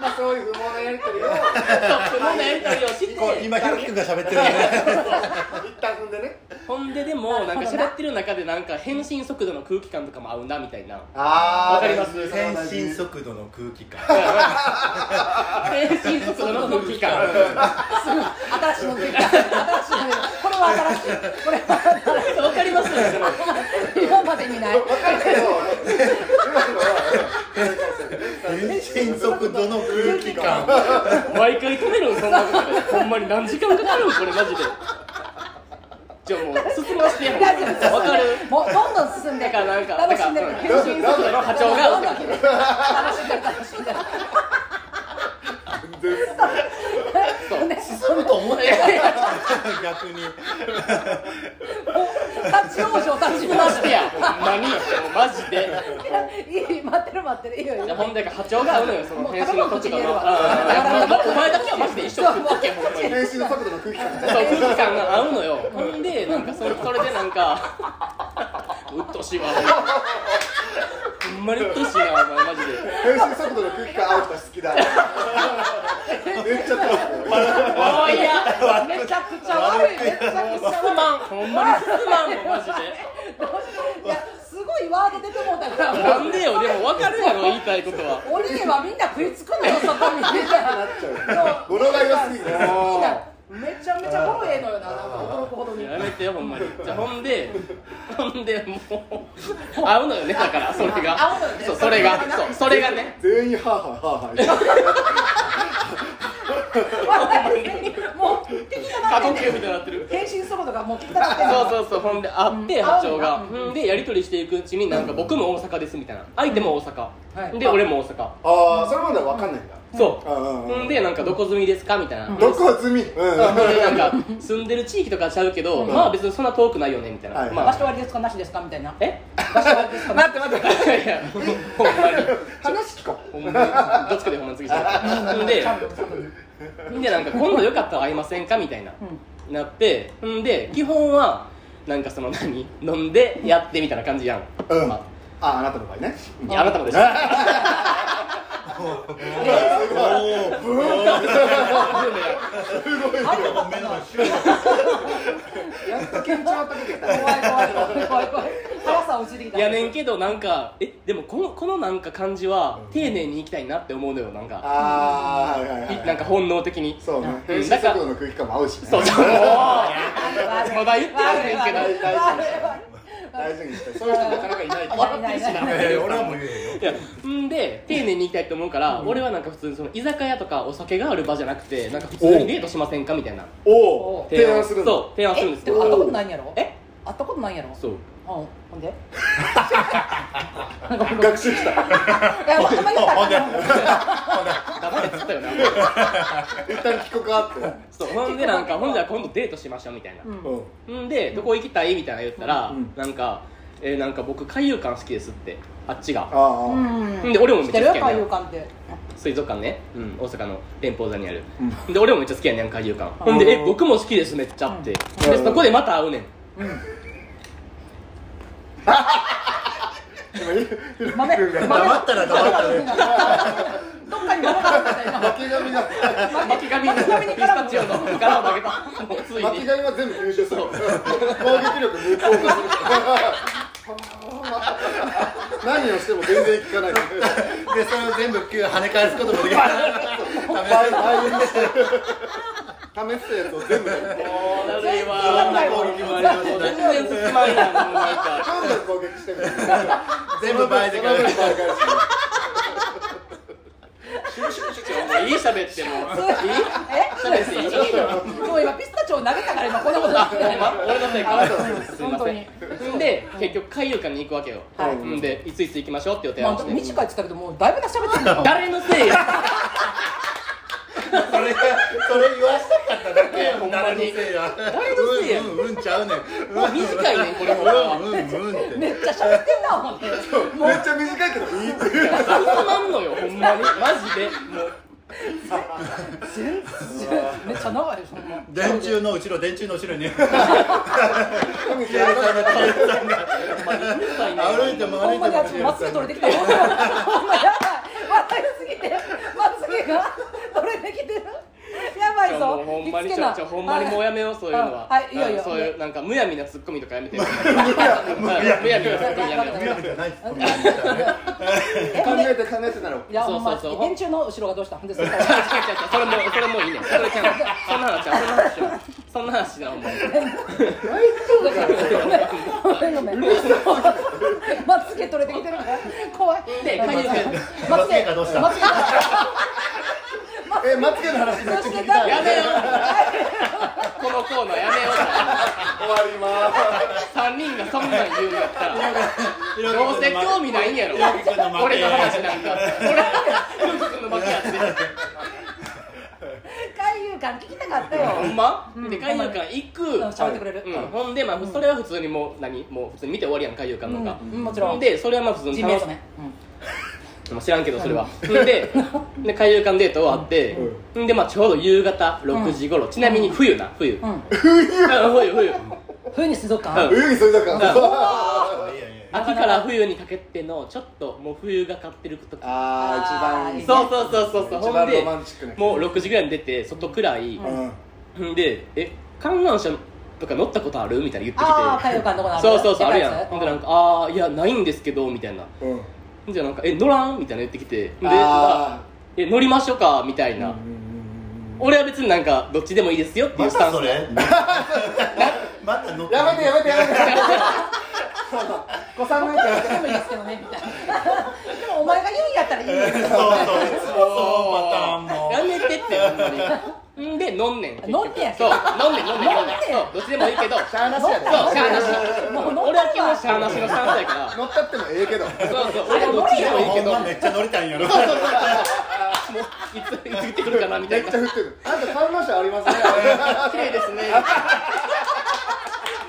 まあそういう不毛なやり取りをそのやり取りをしてこう今ひろきくんが喋ってるよね一旦踏んでねほんででもなんか喋ってる中でなんか返信速度の空気感とかも合うなみたいなあわかります先進速度の空気感返信速度の空気感新しいの出てきた新しいの出てきたこれは新しいこれはわかります今までにない分かるけど先進速度の空気感毎回止めるんそんなことほんまに何時間かかるんこれマジでじゃあもう進ませてやん大丈夫わかるもうどんどん進んでだからなんか楽しんでるだから変身速度の波長が合どうんてどんこ楽しんでる楽しんでるほんで進むと思ってなかった逆に立ち往生立進ちま往せてやほんまにもうマジで生いい待ってる待ってるいいよいいよじゃあほんで波長が合うのよその返信の速度のもうあーお前だけはマジで一緒食っとけほんまに練習の速度の空気感ねそう空気感が合うのよほんでなんかそれそれでなんかうっとうしいわほんまにうっとうしいなお前マジで練習速度の空気感合う人好きだめっちゃ楽しいああいやめちゃくちゃ悪いめちゃくちゃす悪いまんほんまにすまんもんマジでいやすごいワード出てもうたからなんでよでも分かるやろ言いたいことはおにぎりはみんな食いつくのよそこにみんな語呂が良すぎてみんなめちゃめちゃボロええのよななんか驚くほどにやめてよほんまにじゃあほんでほんでもう合うのよねだからそれが合うのよねそうそれがそうそれがね全員はあはあはあはあもう敵たな過って呼吸んみねたいになってるん変身速度がもう敵たなってんねんそうそうそうほんで会ってうん波長が会うんだうんでやり取りしていくうちになんか僕も大阪ですみたいな相手も大阪、はいで俺も大阪ああそれまでは分かんないんだそううんうんうんほんでなんかどこ住みですかみたいな、でどこ済みうんなんか住んでる地域とかちゃうけど、まあ別にそんな遠くないよねみたいな、はいま場所あ割りですかなしですかみたいなえ場所割りですかなし待って待っていやほんまに話聞こうほんまにどっちかでほんまに次しほんででなんか今度よかったら会いませんかみたいな、なってんで基本はなんかその何飲んでやってみたいな感じやん、うんまあああなたの場合ねいやあなたもでしょあれよかおおったなやっと緊張が解けてきた怖い怖い怖い怖い怖い辛さ落ちてきたいやねんけどなんかえでもこのこのなんか感じは丁寧にいきたいなって思うのよなんか、ああはいはいいはいなんか本能的にそうねうん編集速度の空気感も合うしね そうそうまだ言ってないねんけど悪い悪い悪い悪い大事にしてそういう人なかなかいないからないないないえー俺はもう言えへんよいやんで丁寧にいきたいと思うから、俺はなんか普通にその居酒屋とかお酒がある場じゃなくてなんか普通にデートしませんかみたいなおおおう提案するんだそう提案するんえですでも会ったよことないんやろえ会ったことないんやろそううんほんで学習したいやあんまり言ったらあかんな黙ってつったよね一旦聞こうかってそうほんでなんかほんじゃ今度デートしましょうみたいな、うんうんんでどこ行きたいみたいな言ったら、うんなんかえーなんか僕海遊館好きですってあっちがああ、うんで俺もめっちゃ好き知ってやる海ね遊ん館って水族館ね、うん、大阪の連邦座にある、うで俺もめっちゃ好きやねん海遊館ほんで「え僕も好きですめっちゃ」って、でそこでまた会うねん豆豆黙ったら黙ったらどっかに豆があるみたいな巻き髪が巻き髪に巻き髪に絡むピスタチオの柄を曲げたもうつい巻きに髪が全部吸収するそう攻撃力無効化する何をしても全然効かないでそれを全部跳ね返すこともできる 試したやつを全部もうなるいわ全然わかんないもん全然進まんやんもうなんか全部攻撃してる全部倍でその分返倍す返しもういい喋ってもういい喋っていい もう今ピスタチオを投げたから今こんなことになってほんま俺のせいかあなたのせいですすいませんんで結局海遊館に行くわけよ、はいうんでいついつ行きましょうって予定まをあ、して、短いって言ったけどもうだいぶな喋ってる の誰のせいやそれそれ言わしたかっただけほんまに誰のせいや誰のせいやうんうんうんちゃうねんもう短いねんこれほんまは うんうんうんってめっちゃ喋ってんな思ってめっちゃ短いけどいいって言う進まんのよほんまにマジでもう全然めっちゃ長いでしょほんま電柱の後ろ電柱の後ろにほんまにうるさいね歩いても歩ほいんまにあってちもまっすぐ取れてきたほんまやばい笑いすぎてまつげが取れてきてるやばいもぞうほんまに気ち付けょなちょほんまにもうやめようそういうのはあはいいいよいいようんそういうなんかむやみなツッコミとかやめてむやみなツッコミやめよう見なくてないです えほん考えでて考えてなろいやほんまそうそうそう電柱の後ろがどうしたほんでそれか違う違う違うらそれもそれもいいねんそれちゃうそんな話ちゃうそんな話ちゃうそんな話なお前ごめんごめんまつげ取れてきてるから怖いでまつ髪の毛まつげがどうしたまつげがえまつげの話めっちゃ聞きたいやめよこのコーナーやめよ終わりま3人がそんなん言うんやったらどうせ興よ味ないんやろひろきくんの負け俺の話なんか俺ひろきくんの負けやって海遊館聞きたかったほよんまうんで海遊館行くうん喋ってくれるうんほんでまあそれは普通にもう何もう普通に見て終わりやん海遊館なんかうんもちろんでそれはまあ普通に人楽名しとねうんまあ知らんけどそれはでで海遊館デート終わって、でまあちょうど夕方6時頃、ちなみに冬な冬、ううん、ん冬冬冬に水族うん館す泳ぎそれだかうんか 秋なかから冬にかけてのちょっともう冬がかってることかあーー一一そ番うそうそうそうそう一ほん番でロマンチックねもう6時ぐらいに出て外くらい、うんん、でえ観覧車とか乗ったことあるみたいな言ってきてああ海遊館のとこのあるそうそうそうあるやんでかいやつほんでなんか「ああいやないんですけど」みたいなうんじゃあなんか「え乗らん?」みたいな言ってきてであえ乗りましょうか」みたいな、ーうん俺は別になんかどっちでもいいですよっていう まスタたンスそれまた乗ってやめてやめてや めて子さんのやでもいいですけどねみたいなでもお前が言うんやったらいいねそうそういつもそうパターンもやめてってほんまにんで飲んねん結局飲んでやそう飲んでん飲んでん飲んでん飲んでんそうどっちでもいいけどつそうシしゃあなしやでャーなしもう飲んだわ俺は基本シャーなしのスタンスやか乗ったってもええけどらそうそう俺はどっちでもいいほけんどまそうめっちゃ乗りたいんやろそうそうそうもういついつ来てくるかなみためいっなちゃ降ってるあんた観覧車ありますね 綺麗ですね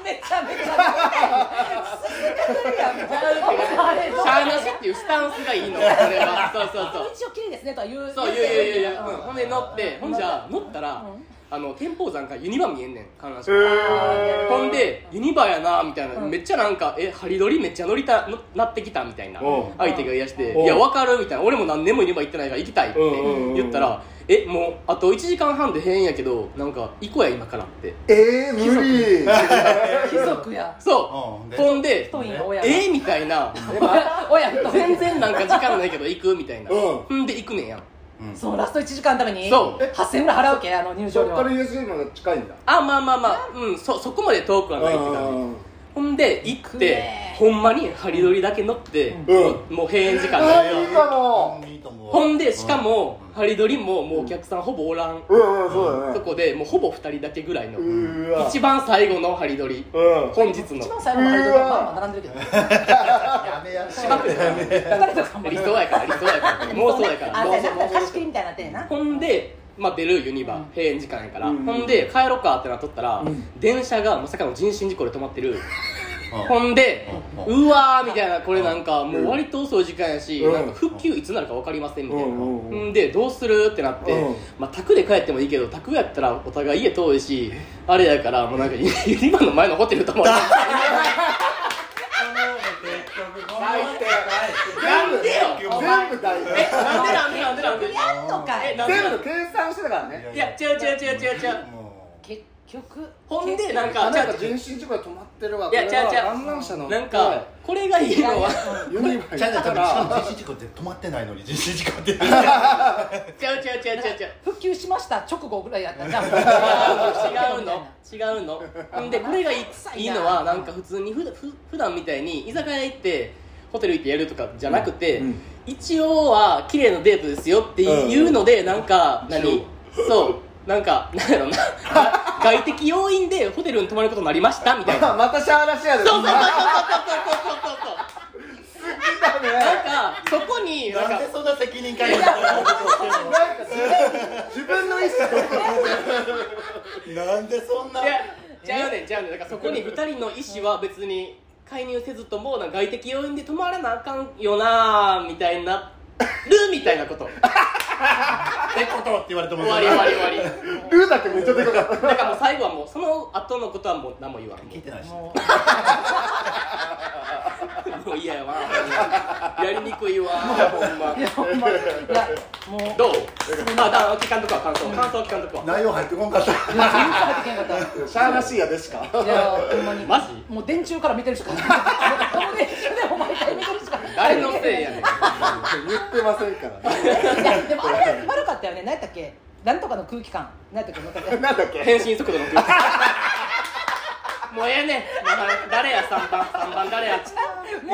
めちゃめちゃ進んでくるやんみたいなあれシャーなしっていうスタンスがいいの俺はそうそうそう一応綺麗ですねとは言うそういやいやいやいやうんほんで乗ってほんじゃ乗ったらうんあの天保山からユニバ見えんねん観覧車へーほんでユニバやなみたいな、うんめっちゃなんかえハリドリめっちゃ乗りたのなってきたみたいなおう相手が言い出して「おういやわかる」みたいな「俺も何年もユニバ行ってないから行きたい」ってうんうんうん言ったら「えもうあと1時間半で閉園やけどなんか行こうや今から」ってえー無理貴族やそうんうでほんで太い「んや親がえみたいな親太い全然なんか時間ないけど行くみたいなうんんで行くねんやんそのラスト1時間のためにそう8000円ぐらい払うけあの入場そっ料から USJ まで近いんだあまあまあまあうんそそこまで遠くはないって感じほんで行行くってねほんまにハリドリだけ乗って、うんもうもう閉園時間あだーよいいかなほんでしかもハリドリももうお客さんほぼおらん、うんうんそうだねそこでもうほぼ2人だけぐらいの、うーわ一番最後のハリドリ、うん本日一の番最後の入場料まあまあ並んでるけどやめやし2人とかも理想やから理想やから妄想やからあ妄れ想なんか貸し切りみたいになってんなほんで、まあ、出るユニバ、うん閉園時間やから、うんほんで帰ろうかってなっとったら、電車がまさかの人身事故で止まってるほんで、ううわーみたいな、これなんか、もう割と遅い時間やし、うんなんか復旧いつなるか分かりませんみたいな。うんうんうんんで、どうするってなって、うんまあ、宅で帰ってもいいけど、宅やったらお互い家遠いし、あれやから、もうなんか、 今の前のホテル泊まる。なんでよ全え、部大事なんでなんでなんでなんでやんのかえ、いなんで全なん部計算してたからねいや、違う違う違う違う違う。結局ほんで、なんあか、な違んかう違人身事故で止まってるわいやこれは違う違う観覧車のうなんか、これがいいのは、ユニバーじゃあだか多分しからも人身事故って止まってないのに人身事故って 違う違う違う違う違う。復旧しました直後ぐらいやったじゃん違うの違うのでこれがい臭いないいのはなんか普通にふふ普段みたいに居酒屋行ってホテル行ってやるとかじゃなくて、うんうん一応は綺麗なデートですよっていうので、なんか何そうなんかなんやろ な外的要因でホテルに泊まることになりましたみたいなまたシャーラシアでそうそうそうそう好そうそうそうきだねなんかそこになんなかんでそんな責任感がなんか自分自分の意思となんでそんないや違うねん違うねんだからそこに2人の意思は別に介入せずともなんか外的要因で止まらなあかんよなあみたいになるみたいなことってことって言われても 終わり終わり終わルーだけめっちゃでかかったりだからもう最後はもうその後のことはもう何も言わん聞いてないしももう嫌やわやりにくいわほんまういやほんまいやもうどうあだ聞かんとこは感想感想は聞かんとこは内容入ってこんか ったいや全然入ってけんかったシャーラシアでしかいやほんまにマジもう電柱から見てるしかないもう電柱でお前から見てるしかない誰のせいやねん言ってませんからねいやでもあれ悪かったよね何やったっけなんとかの空気感何やったっけなんだっけ変身速度の空 気もうええねん誰や3番3番誰や一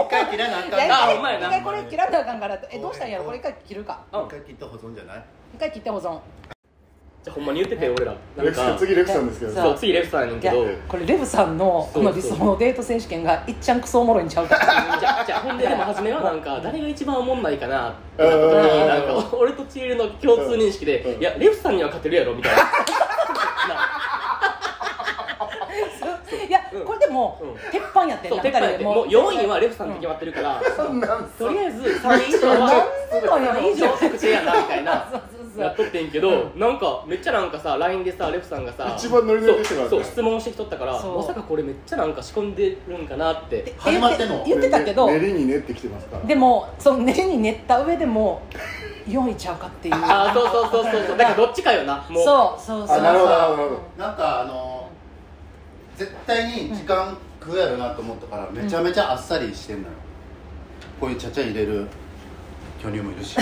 回切らなあかんいやあほんまやな一回これ切らなあかんからえどうしたんやろこれ一回切るかうん一回切った保存じゃない一回切って保存じゃあほんまに言ってて俺らなレんクさかん次レクさんですけそどうそう次レフさんやねんいけやどこれレブさんのこの理想のデート選手権がいっちゃんクソおもろいんちゃうかじゃじゃあほんででも初めはなんか誰が一番おもんないかなってなった時うにんなんか俺とチールの共通認識でうんいやレフさんには勝てるやろみたいなないうやんこれでもうん鉄板やってんそうな鉄板やってもう4位はレフさんって決うんまってるからそんなんとりあえず3位以上はなんでなんやろ以上上足やなみたいなそうそうそやっうとってんけどなんかめっちゃなんかさ LINE でさレフさんがさ一番ノリノリでしたからねそうそう質問してきとったからそうまさかこれめっちゃなんか仕込んでるんかなって始まってんの言ってたけど練りに練ってきてますからでもその練りに練った上でも4位ちゃうかっていうああそうそうそうそうそうだからどっちかよなもうそうそうそうあなるほどなるほどなんかあの絶対に時間食うやろなと思ったからめちゃめちゃあっさりしてんのよこういうちゃちゃ入れる巨乳もいるしじ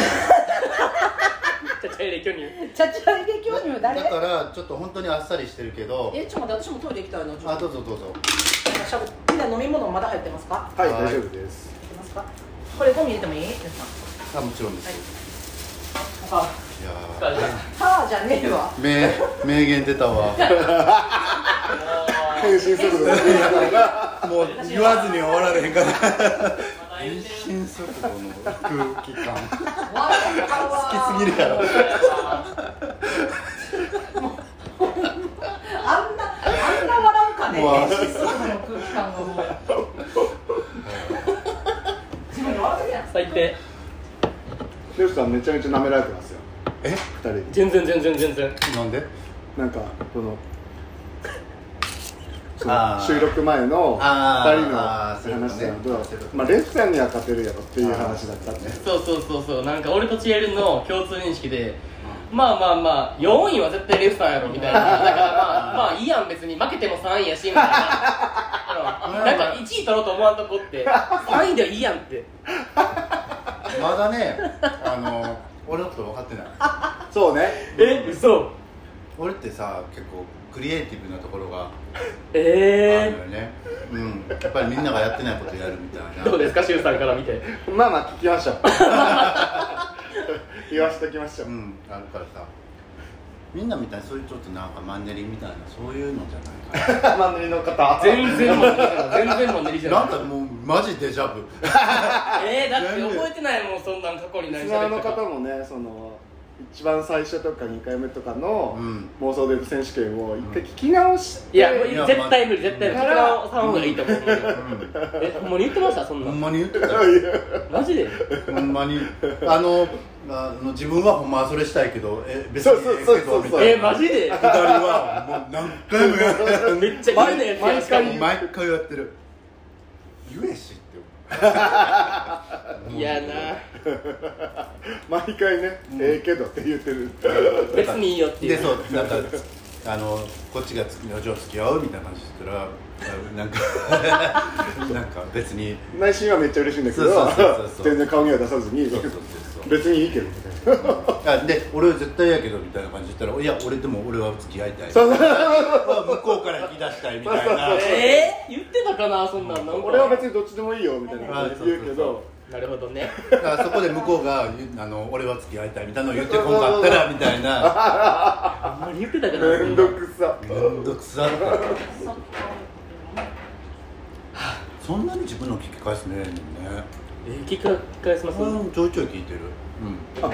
ゃあチャイレ巨乳チャチャ入れ巨乳だ誰からちょっと本当にあっさりしてるけどえちょっと待って私もトイレ行きたいのちょあっとどうぞどうぞしゃぶみんな飲み物まだ入ってますかはいはい大丈夫です入ってますかこれゴミ入れてもいい皆さんあもちろんです、あい、やお疲れ様はあじゃねえわー名名言出 たわ変身速度がもう言わずに終わられへんからまた言変うてる身速度の空気感好好きすぎるやろあんなあんな笑うかね演出するの空気感がもう自分で笑ってるやん最低レクさんめちゃめちゃ舐められてますよえ二人に全然全然全然なんでなんかこ のそあのー収録前のあ2ー人のあーそういうこと話ねなのと、そういうことまあ、レフさんには勝てるやろっていう話だったんでそうそうそうそうなんか俺とチエルの共通認識でまあまあまあ4位は絶対レフさんやろみたいなだからまあまあいいやん別に負けても3位やしみたいなあのなんか1位取ろうと思わんとこって3位でいいやんってまだねあの俺のこと分かってないそうねえ嘘俺ってさ結構クリエイティブなところがあるのえよね、うんやっぱりみんながやってないことやるみたいえなどうですかシュウさんから見てまあまあ聞きま しょう言わせてきましょう、うんあるからさみんなみたいにそういうちょっとなんかマンネリみたいなそういうのじゃないかマンネリの方全然もう全然もう練りじゃなななんいかもうマジデジャブえー、だって覚えてないもんそんなん過去にリ何スしゃナべーのったか方もねその一番最初とか2回目とかのうん妄想デート選手権を一回聞き直して、いや、もういや絶対無理、絶対無理。か時ら間をさん方がいいと思う。え、ほんまに言ってましたそんほなんん。まに言ってたよマジでほんまにあのあの自分はほんまはそれしたいけどえ別そうそうそうそうみたいえ、なマジで二人はもう何回もやってるめっちゃ嫌なやつやしかも毎回やってるゆえしって嫌な 毎回ね、ええけどって言ってる別にいいよっていでうそうなんかあのこっちがつ女性付き合うみたいな話したらあなんかなんか別に内心はめっちゃ嬉しいんだけどそうそうそうそう全然顔には出さずにそうそうそう別にいいけどみたいなそうあで俺は絶対やけどみたいな感じで言ったらいや俺でも俺は付き合いたい向こうから引き出したいみたいなえー、言ってたかなそんなんなんか俺は別にどっちでもいいよみたいなあ感そじうそでうそう言うけどなるほどねだからそこで向こうがあの俺は付き合いたいみたいなのを言ってこんかったらみたいなあんまり言ってたかなめんどくさめんどくさってそんなに自分の聞き返すねでもねえー、聞き返します、うんちょいちょい聞いてるうんあ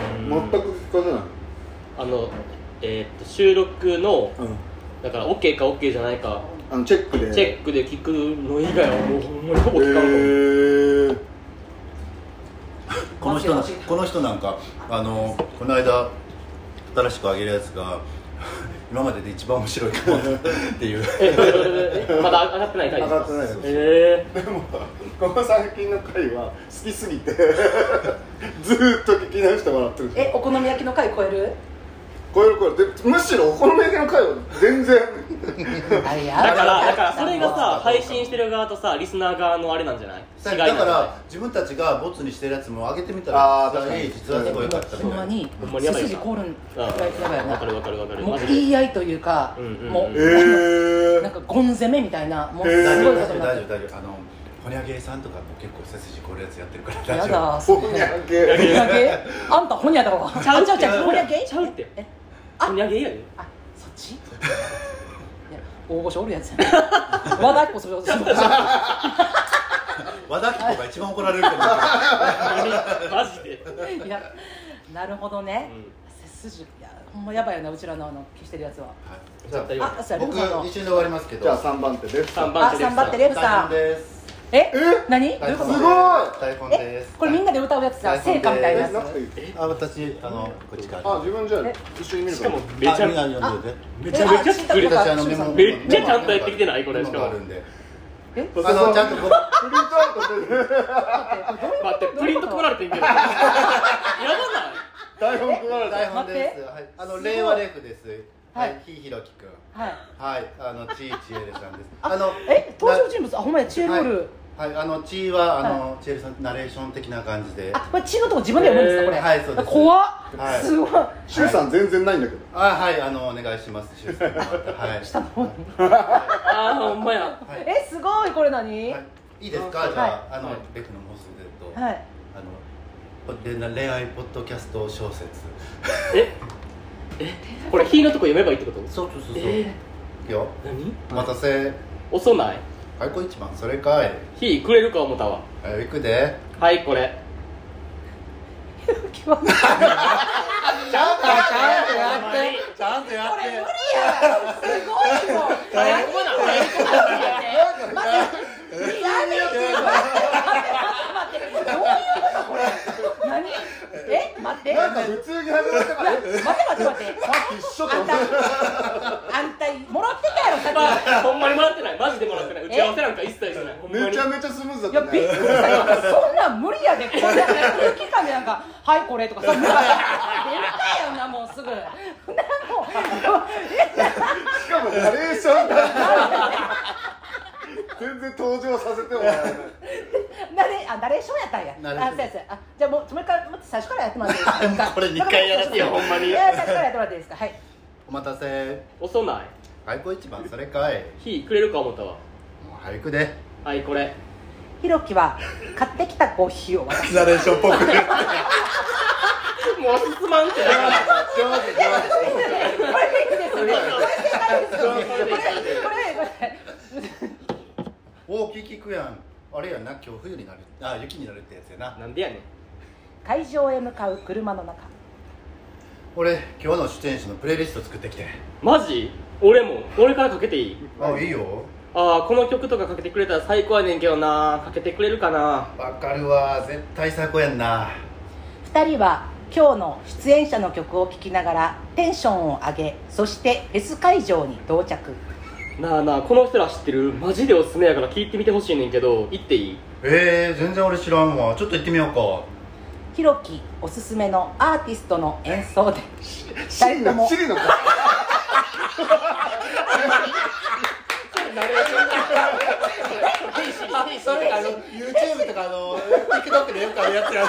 全く聞かせないあのえーっと収録のうんだから OK か OK じゃないかあのチェックでチェックで聞くの以外はもうほんまにほぼえ聞かんかも、ーこの人のこの人なんかあのこの間新しくあげるやつが今までで一番面白いかもっていうえーまだ上がってない回上ですがかってないよえでもここ最近の回は好きすぎて ずーっと聞き直してもらってるえお好み焼きの回超える超える超えるでむしろお好み焼きの回は全 然あれやー、だからだだからそれがさ配信してる側とさリスナー側のあれなんじゃないだ違いなんじゃかないら自分たちがボツにしてるやつも上げてみたあらー確かに実はすごい良かったみほんたまいなにほんまに背やばいな筋凍るんうんだいぶやばいわかるなわかるわかるもマうジで言い合いというかうんうんうんもえうなんかゴン攻めみたいなもうへーす大ご丈い夫こ大とに丈夫なって大丈る夫あのほにゃげさんとかも結構背筋こるやつやってるから大や丈だほにゃほげにゃげあんたほにゃだわちゃうあちゃうちゃうほにゃげちゃうってえあほにゃげやであそっちいや大御所おるやつやな 和田アキ子それそれ 夫和田アキ子が一番怒られると思うから マジでいやなるほどね、背筋いやほんまやばいよなうちらのあの消してるやつはじゃ絶対あそうあやレ僕ムさんの一瞬で終わりますけどじゃあ3番手です3番あ手です頑張ってレムさ台ん本ですえ何どうい台うこと本です台本えですこれみんなで歌うやつさ台本聖歌みたいなやつなくていいあ私あのこっちからあ自分じゃあえ一緒に見るしかかもめちゃみんな読んでてめちゃめちゃ作えれあた私あのメモめっちゃちゃんとやってきてないこれしかもメモがあるんでえあのちゃんとこうプリントアウトで待ってプリント配られてんけど やばな台本配られ台た本ですはいあの令和レフですははいいひひろきくんはいはいあのちいちえるさんですあのえ登場な人物あほんまや知恵のおるはいあのちいはあのちえるさんナレーション的な感じであこれ知恵のとこ自分で読むんですかこれえーはいそうです怖っはいすごいシュウさん全然ないんだけどあはいあのお願いしますしゅうさんはい下の方にいあーほんまやはいえすごいこれ何ははいいいですかじゃああのはいレフのモスでとあい の恋恋愛ポッドキャスト小説ええこれ「ひ」のとこ読めばいいってことそうそうそうそういえくよー、何お待たせ遅ない開口一番それかい「ひ」くれるか思ったわはい行くではいこ れ気はちゃんとほんまにちゃんとやこれ無理やすごいもん早くな早くどういうことこれ何え待ってなんか普通に始まったから待って待って待ってさっき一緒とあん思ったあんたもらってたやろさっきまあほんまにもらってないマジでもらってない打ち合わせなんか一切してないほんまめにちゃめちゃスムーズいだやっびったくりねしたよそんなん無理やでこんな空気感でなんか「はいこれ」とかさ無理や出るかよなもうすぐなもうしかもナレーションだ全然登場させてもらえないナレあナレーションやったんやナレーあションそうやそうやあじゃあもうもう一回もう最初からやってもらっていいですかこれ二回やらせよほんまにいや最初からやってもらっていいですかはいお待たせ遅ない開口一番それかい「ひ」くれるか思ったわもう早くではいこれひろきは買ってきたコーヒーを私ナレーションっぽく もう進まんってな 上手上手これいいですね。これ正解ですよね。これこれこれ。大きい聞くやんあれやんな今日冬になるあ雪になるってやつやななんでやねん会場へ向かう車の中。俺今日の出演者のプレイリスト作ってきてマジ俺も俺からかけていいあいいよああこの曲とかかけてくれたら最高やねんけどなかけてくれるかなわかるわ絶対最高やんな2人は今日の出演者の曲を聴きながらテンションを上げそしてフェス会場に到着なあなあこの人ら知ってるマジでおすすめやから聞いてみてほしいねんけど行っていいえー、全然俺知らんわちょっと行ってみようかひろきおすすめのアーティストの演奏で2人ともシリのかそれあの YouTube とかあの TikTok でよくあるやつやね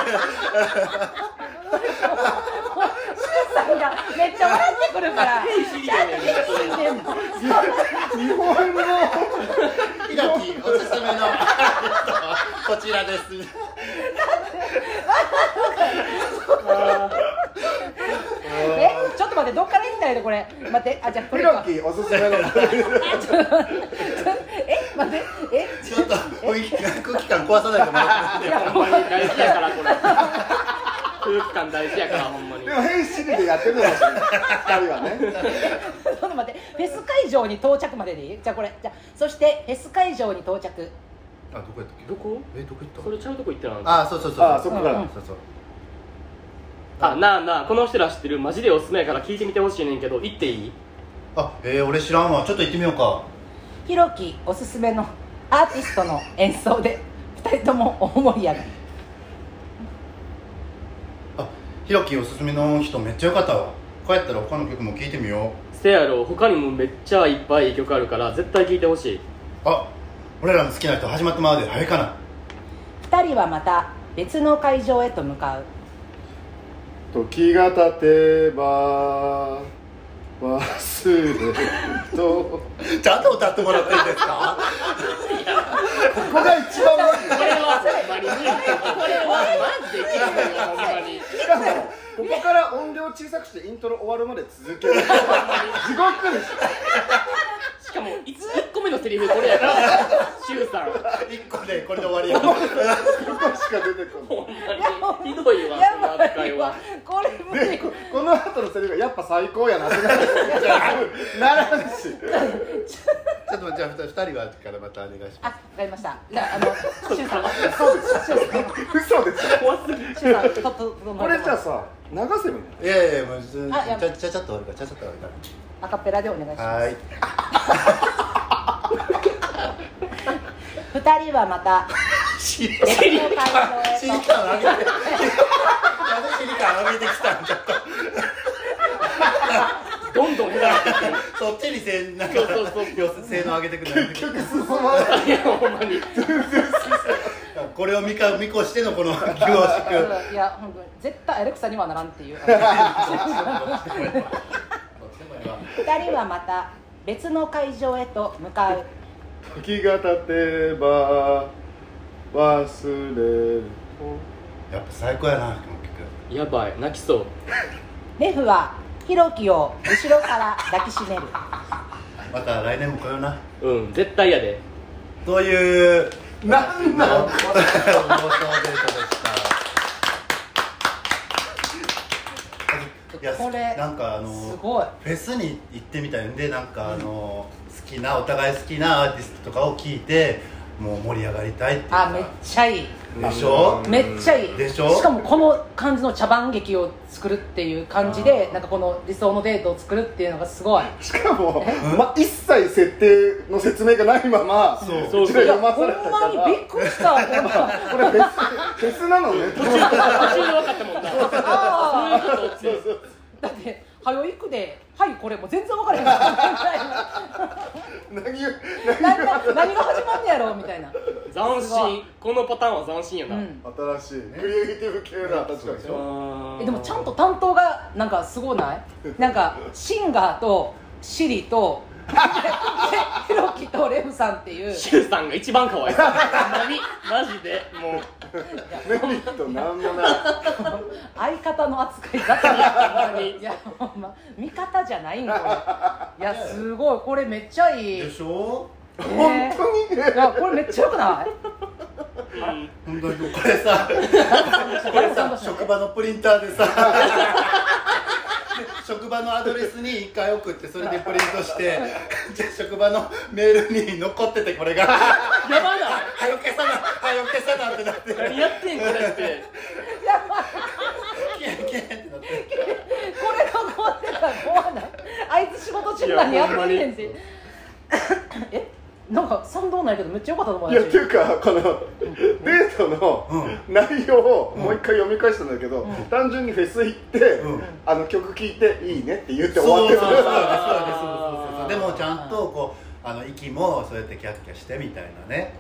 さんがめっちゃ笑ってくるから知りやねん日本のひろきおすすめのこちらですえちょっと待ってどっから行ったらいいのこれ待ってあじゃあこヒれロかキおすすめのえ待ってえちょっと空気感空気感壊さないでもらっていいほんまに大事やからこれ空気感大事やからほんまにでも変シリでやってるのかもしれない2人はね ちょっと待ってフェス会場に到着まででいいじゃあこれじゃあそしてフェス会場に到着あどこやったっけ どこえどこ行ったそれちゃうとこ行ってなああそうそうそうあそこからうんそうそうあなあなあこの人ら知ってるマジでおすすめやから聞いてみてほしいねんけど行っていいあえー、俺知らんわちょっと行ってみようかひろきおすすめのアーティストの演奏で2人とも大盛り上がりあひろきおすすめの人めっちゃ良かったわ帰ったら他の曲も聴いてみよせやろ他にもめっちゃいっぱいいい曲あるから絶対聞いてほしいうあ俺らの好きな人始まってまうで早いかな2人はまた別の会場へと向かう時が経てば忘れると ちゃんと歌ってもらっていいですかここが一番マジでこれはほんまにこれはマジで聞いてよほんまにしかもここから音量小さくしてイントロ終わるまで続ける地獄でししかも1個目のセリフこれやからシュウさん 一個でこれで終 わりやょここしか出てこないほんまにひどいわそのや扱ばいいはわこれ無理でここの後のセリフがやっぱ最高やなってなるならんしちょっとじゃあ二人はからまたお願いしあまわかりましたじゃああのしゅうさんしゅうさん嘘です怖すぎシュウさんちょっとこれじゃあさ流せばいいのすいやいやいやもうちあやゃばちゃちゃちゃっと終わるからちゃちゃっと終わるかアカペラでお願いしらまはーいす2人はま たシリ別の会場へと感 上げてなぜシリ感上げてきたん だどんどん減らしていくそっちにせんなんかそうそうそうよ性能上げてくるいやほんまにこれを見か見越して のこの凝縮いや本当に絶対エレクサにはならんっていう二人はまた別の会場へと向かう時が経てば忘れるやっぱ最高やなこの曲やばい泣きそうレフはヒロキを後ろから抱きしめるまた来年も来ようなうん絶対やでというなん妄 なん想デートでしたいやこれなんかあのすごいフェスに行ってみたいんでなんかあの、好きなお互い好きなアーティストとかを聞いてもう盛り上がりたいっていうあかめっちゃいいでしょめっちゃいいでしょかもこの感じの茶番劇を作るっていう感じでなんかこの理想のデートを作るっていうのがすごいしかも、ま、一切設定の説明がないままそうこちらいや読まほされんたまかにらびっくりしたほんまこれフェスフェスなのね途中で分かったもんなあそういうことってーだって「はよ行くではいこれ」もう全然分からへんか何言うら何が何が始まんねやろみたいな斬新このパターンは斬新やな、うん新しいクリエイティブ系な確かにあーえでもちゃんと担当がなんかすごないなんかシンガーとシリ とででヒロキとレフさんっていうシュウさんが一番可愛い何マジでもうメリットなんもない相方の扱いだったなにいやほんま味方じゃないんこれいやすごいこれめっちゃいい、でしょ本当にいやこれめっちゃよくない本当にこれさこれ 職場のプリンターでさ場のアドレスに1回送ってそれでプリントしてじゃあ職場のメールに残っててこれがやばいなはよ消さなはよ消さなってなってキ何やってんこれってャンキャンってなってれ残ってたら怖ないあいつ仕事中何やってんねんってえなんか賛同ないけどめっちゃ良かったと思ういやっていうかこのデートの内容をもう一回読み返したんだけど、単純にフェス行って、んあの曲聴いていいねって言って終わそうっそてうそうそうそうそうあーでもちゃんとこうあの息もそうやってキャッキャしてみたいなね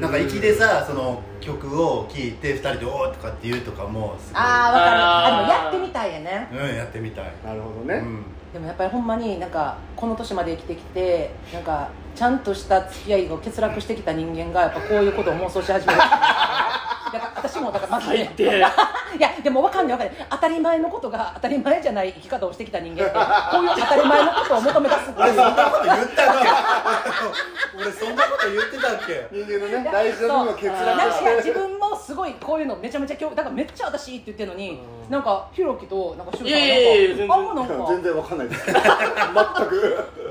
なんか息でさその曲を聴いて2人で「おーとかって言うとかもすごいああわかるあーあでもやってみたいやねうんやってみたい、なるほどうね、ん、でもやっぱりほんまになんかこの年まで生きてきてなんかちゃんとした付き合いを欠落してきた人間がやっぱこういうことを妄想し始める だから私もだからまず最ね低いやでもわかんないわかんない当たり前のことが当たり前じゃない生き方をしてきた人間ってこういう当たり前のことを求め出すって俺いそんうな こと言ったっけ俺そんなこと言ってたっけ人間のね大事な部分を欠なん落かいやして自分もすごいこういうのめちゃめちゃ今日だからめっちゃ私いいって言ってるのに、なんかひろきとなんかしゅうさんいやいやいやな全ん然かあんまなんか全然わかんないです全く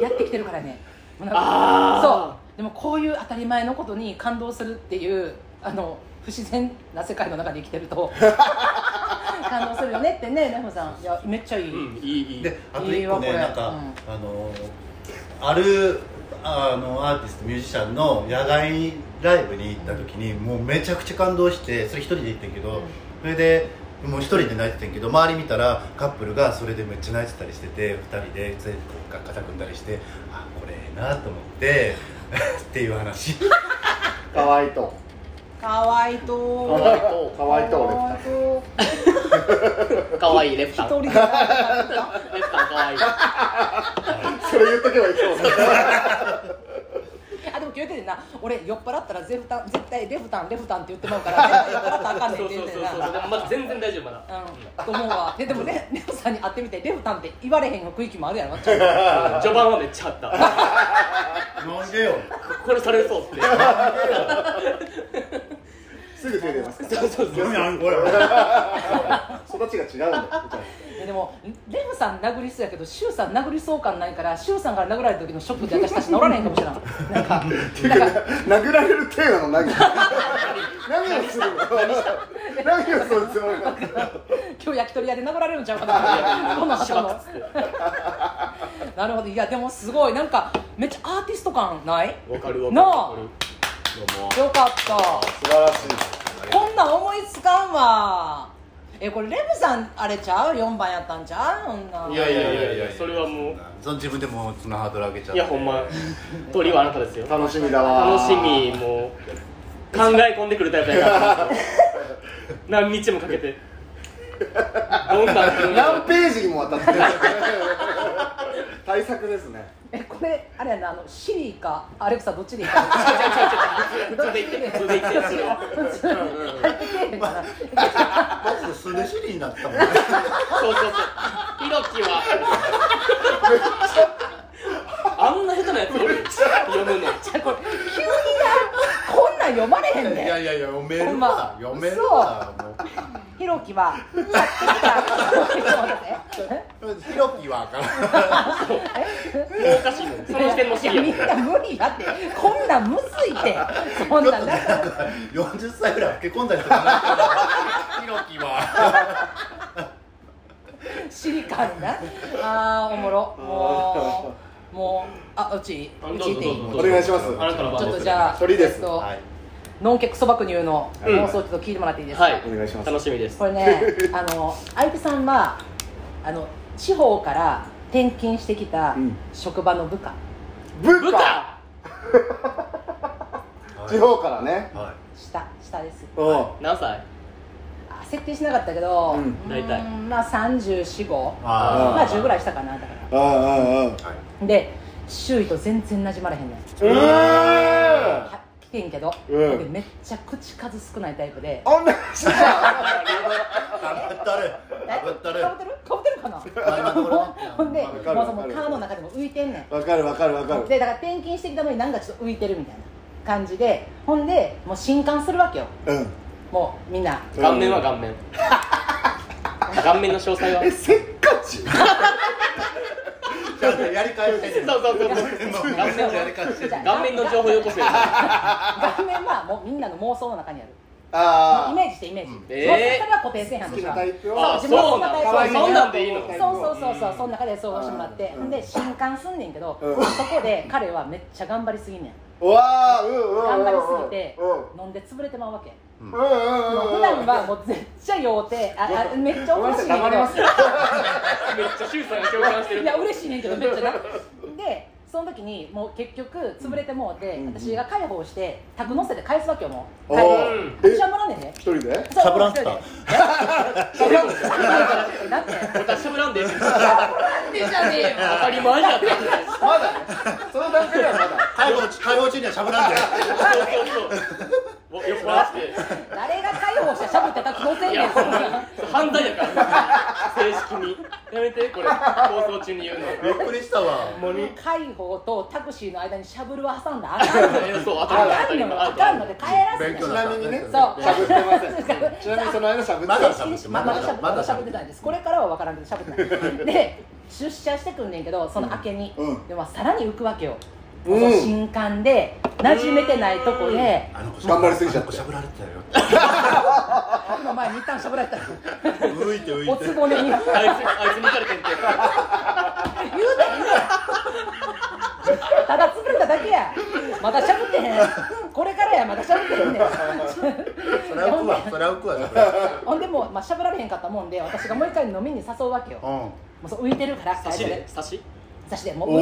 やってきてるからねもうなんかそあうでもこういう当たり前のことに感動するっていうあの不自然な世界の中で生きて ると感動するよねってねナホさんいやめっちゃいい、うんいいいいであと一個いねいわこれなんか、あのあるあのアーティストミュージシャンの野外ライブに行った時にもうめちゃくちゃ感動してそれ一人で行ってんけど、うんそれでもう一人で泣いててんけど周り見たらカップルがそれでめっちゃ泣いてたりしてて二人で全が肩組んだりしてあこれええなと思って っていう話可愛いとかわいいと可愛いと可愛いとかわい俺とかわいいレフ一タン人レでフタンかわいいそれ言っとけばいいと思う あでも今日言っててんな俺酔っ払ったら絶対絶対レフタンレフタンって言ってまうから絶対酔っ払ったらあかんねんそっうてそう言そっうてそうんてなでもまだ全然大丈夫ま だうんと思うわえでもねレオさんに会ってみてレフタンって言われへん雰囲気もあるやろちょっと序盤はめっちゃあったなんでよこれされそう ってすぐ手出ますかそうそうそう何これら育ちが違うんだよいやでもレムさん殴りそうやけどシュウさん殴りそう感ないからシュウさんから殴られた時のショックで私たち治られへんかもしれないなんかなんか殴られる程度の 何何をするの何をするつもりなの今日焼き鳥屋で殴られるんちゃうかなこのし後ばのくっつってなるほどいやでもすごいなんかめっちゃアーティスト感ないわかるわかるなあわかるどうもよかった素晴らしいこんなん思いつかんわえこれレムさんあれちゃう4番やったんちゃう女いやいやいやいやそれはもうその自分でもうそのハードル上げちゃっていやほんま鳥はあなたですよ楽楽しみだわしみもう考え込んでくるタイプや から何日もかけてどんな何ページにも わたって対策ですねえこれあれやなあのシリかアレクサどっちでいいかそれでいってそれでいってそれは僕素手尻になったもんそう そうそうヒロキはあんな下手なやつ俺読むねじゃあこれ急になこんなん読まれへんいでやいやいや読めほるんわま読めるわもひろきは買ってきたちょっと待ってうひろきはあかんもうおかしいのその視点もシいやリみんな無理やってこんなんむずいってこんなんだから40歳ぐらい老け込んだりとかないけどひろきはシリカンなあーおもろもうもうあうちあどううぞち行っていどういちぞお願いしますあなたの番ょっでとすじゃあ鳥ですえっとはいノンケクソ爆乳のうん放送ちょっと聞いてもらっていいですか、はいお願いします楽しみですこれねあの相手さんはあの地方から転勤してきたうん職場の部下、部部下下地方からねは下下ですおう何歳あ設定しなかったけど、うんー大体まあ345いあまあ10ぐらいしたかなだからああはいで周囲と全然馴染まれへんねんあああは来てんけど、うん僕めっちゃ口数少ないタイプで同じ じゃんかぶったるかぶったるかぶってるかぶってるかなまあ今頃ねほんでわもうかるそのわかるカーの中でも浮いてんねんわかるわかるわかるでだから転勤してきたのになんかちょっと浮いてるみたいな感じでほんでもう新刊するわけようんもうみんな顔面は顔面顔面の詳細はえせっかちやり返してるそうそうそうもうそうめ顔ちゃ面くちゃやり返して るじゃあ顔面の情報よこせよ顔面はもうみんなの妄想の中にあるイあメージしてイメージ、んえーそれは固定性なん好できしなょタイプそはうあ自そう分の好きななんタイだプ可愛いなそんなんでいいのそうそうそうそうそうその中でそうしてもらって、うんで新刊すんねんけど、うんそこで彼はめっちゃ頑張りすぎんねんうわーうんうんうんう頑ん張りすぎてうんうん飲んで潰れてまうわけうんうんもううん普段はもうめっちゃ酔うてああめっちゃおかしいねんごめんなけさい黙めどっちゃ周さんが共感してる いや嬉しいねんけどめっちゃなでその時にもう結局潰れてもうて、うん私が解放して宅乗せて返すわけよもうお帰ーるえ私はもらんねんね一人でそうかぶらんかそうそう だ って私もなんでじゃねえよ当たり前やったまだねその段階ではまだ解放中解放中にはしゃぶらんでそうそうそうお酔っ払って誰が解放してしゃぶってたくのせんいねやんほそんんまな犯罪やから正式にやめてこれ放送中に言うのびっくりしたわほんまに解放とタクシーの間にしゃぶるは挟んだらあかんのよえそうあ当たり前かんのよあかんので帰らせな勉い強ちになったみにねそうしゃぶってませんちなみにその間しゃぶってまだし正ゃぶっ式てにまだしゃぶまだしゃぶっていないですこれからは分からんけどしゃぶってないで出社してくんねんけどその明けに、うんでもさらに浮くわけよ、うんその新刊で馴染めてないとこであの子頑張りすぎちゃってあの子しゃぶられてたよこの前に一旦しゃぶられた浮いて浮いおてつぼねに言うあいつあいつにかれてんっててんねんただ潰れただけやまだしゃぶってへんこれからやまだしゃぶってへんねんそりゃ浮くわそりゃ浮くわしゃぶられてたほんでもう、まあ、しゃぶられへんかったもんで私がもう一回飲みに誘うわけよもうんうそう浮いてるから差会し社で差し差しでもうお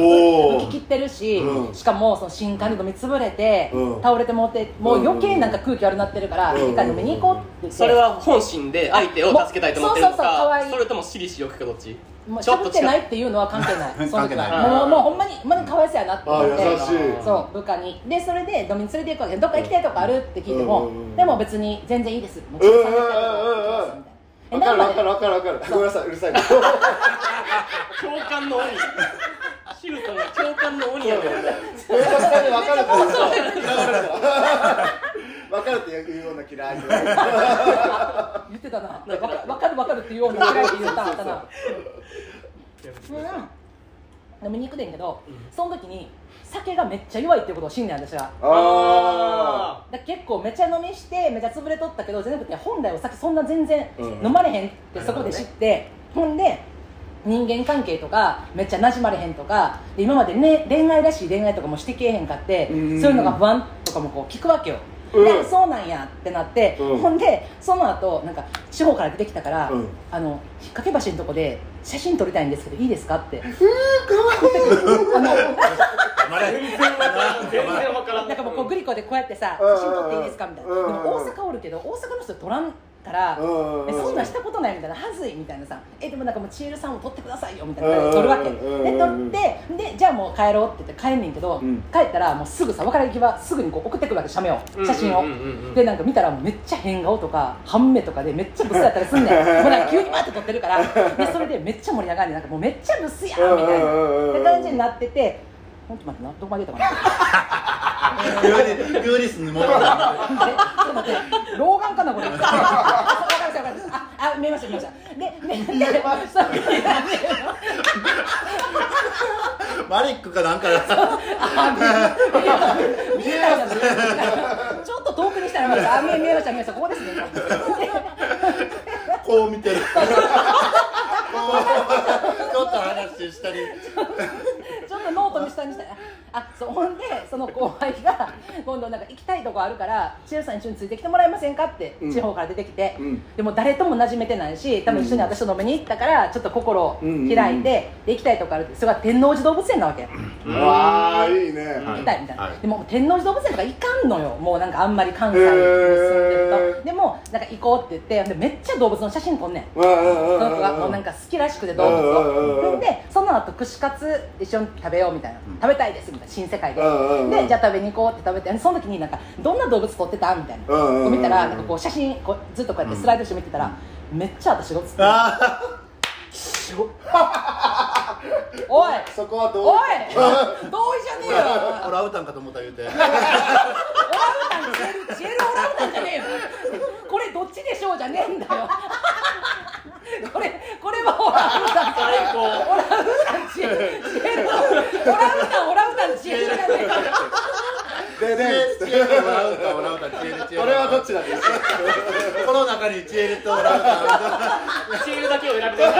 ー浮き切ってるし、うんしかもその新刊で飲み潰れて、うん倒れてもうてもう余計なんか空気悪なってるから、うん一回飲みに行こうって言ってそれは本心で相手を助けたいと思ってるのそうそうそう可か愛いそれとも私利私欲かどっちもうしちょゃっぶとってな違いっていうのは関係 ないその時は関係ないもうもうほんまにほんまにかわいそうやなって思ってあー優しいそう部下にでそれで飲みに連れて行くわけどっか行きたいとこあるって聞いても、うんうんうんでも別に全然いいですもうちょっと喋りたいとこあるんですわみたかいるなわかるわかるわかるごめんなさいうるさいう共感の鬼シルトンが共感の鬼やねんるさいわかるって言うとわかるって言うような嫌い言ってたなわかわかるわかるっていうような言ってたあったなうん飲みに行くねんけど、その時に酒がめっちゃ弱いってことを知んねん私はあだから結構めちゃ飲みしてめちゃ潰れとったけどじゃなくて本来お酒そんな全然うん飲まれへんってそこで知って、ほんで人間関係とかめっちゃ馴染まれへんとかで今まで、ね、恋愛らしい恋愛とかもしてけえへんかって、うんそういうのが不安とかもこう聞くわけよ、うんでそうなんやってなって、うんほんでその後なんか地方から出てきたから、うんあの引っ掛け橋のとこで写真撮りたいんですけどいいですかって黙れ全然わからん全然わからんなんかもうこうグリコでこうやってさうん写真撮っていいですかみたいな、うんでも大阪おるけど大阪の人撮らんから、うんえそんなんしたことないみたいなはずいみたいなさえでもなんかもうチエルさんを撮ってくださいよみたいな撮るわけうでんうん撮ってでじゃあもう帰ろうって言って帰んねんけど、うん帰ったらもうすぐさ別れ際すぐにこう送ってくるわけ写メを写真を、うんうんうんうんでなんか見たらもうめっちゃ変顔とか半目とかでめっちゃブスやったりすんねん もうなんか急にバーって撮ってるからでそれでめっちゃ盛り上がんねんなんかもうめっちゃブスやんみたいなうんうんうんうんって感じになっててほんと待ってなどこまで言ったかな急に急にすんのもうえちょっと待って老眼かなこれ。あ、わかりましたわかりました。あ、あ見えました見えました。で、で、で、そうマリックかなんかだ見えました。ちょっと遠くにしたら見えました。あ、見え見えました見えました。ここですね。こう見てるこうちょっと話したりちょっとノートに下にしたら。あ、そうほんでその後輩が今度なんか行きたいとこあるから千代さん一緒についてきてもらえませんかってうん地方から出てきて、うんでも誰とも馴染めてないし多分一緒に私と飲みに行ったからちょっと心を開いて、うんうんうんで行きたいとこあるってそれが天王寺動物園なわけ。ーわあいいね行きたいみたいな、はいでも天王寺動物園とか行かんのよもうなんかあんまり関西に住んでると、へーでもなんか行こうって言ってでめっちゃ動物の写真撮んねんうんうんうそんの子がうもうんなんか好きらしくて動物うんうんうんをうほんんでその後串カツ一緒に食べようみたいな食べたいですみたいな新世界でうんうんうんでじゃあ食べに行こうって食べてその時になんかどんな動物撮ってたみたいなうんうんうんうんこう見たらなんかこう写真こうずっとこうやってスライドして見てたらめっちゃ私が写ってるあ おいそこはどうおい同意じゃねえよあオランウータンかと思った言うてオランウータンジェルジェルオランウータンじゃねえよこれどっちでしょうじゃねえんだよこれこれはオランウータン最オ高ランウータン知恵のオランウータンオランウータン知恵のじゃないでで知恵で笑うか笑うか知恵で知恵これはどっちなんですかこの中に知恵と笑うかシールだけを選びたい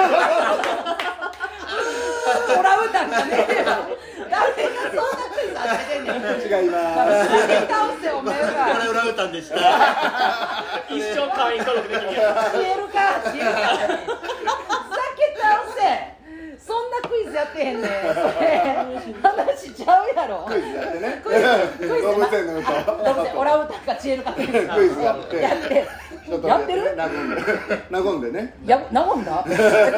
オランウータンじゃねえよ誰がそんなクイズ当ててんねん違います負け倒せお前これはオランウータンでした一生会員登録できるや知恵るか知恵るかじゃねえふざけ倒せそんなクイズやってへんねんそれ話ちゃうやろクイズやってねクイズクイズ動物園の歌どうせオランウータンか知恵るかクイズクイズやってやって人とやってるね和んで和んでねやなもんだ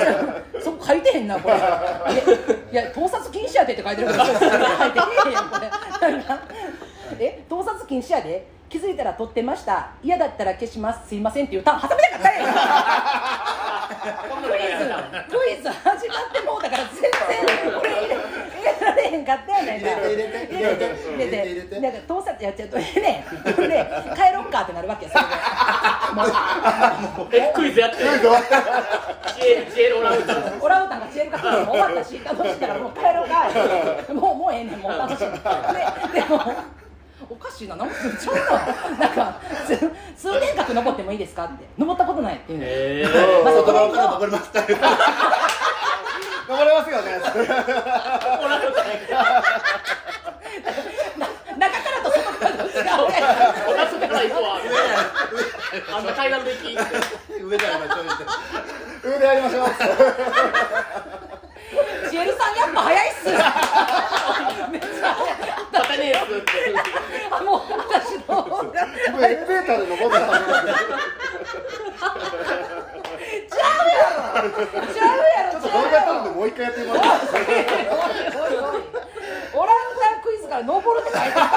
そこ書いてへんなこれいやいや盗撮禁止やでって書いてるから書い てへんやんこれなんかえ盗撮禁止やで気づいたら撮ってました嫌だったら消しますすいませんっていうターン挟めなかったやん んこんなのがやったクイズ始まってもうだから全然これ入れ入れられへんかったやねんな入れて入入れて入れれてて入入れれててなんか盗撮やっちゃうとええねんほんで帰ろっかってなるわけやそれでえクイズやってる知恵知恵のオランウータンオランウータンが知恵るかもう終わったし楽しいからもう帰ろうかもうもうええねんもう楽しいででもおかしいな何もちょっとなんかつ通天閣登ってもいいですかって登ったことないっていうのえまあそこ外の側から登りました登れますよねー、オランウータンやった中からと外からと違う私ねから行くわあんた階段でき上だよ今ちょいと上でやりましょう知恵るさんやっぱ早いっすめっちゃ立たねえやつってあもう私のエレベーターで登ったの ちゃうやろちゃうやろち動画ゃうや撮るんでろもう一回やってもらっおていおいおいオランウータンクイズから登るって書いてます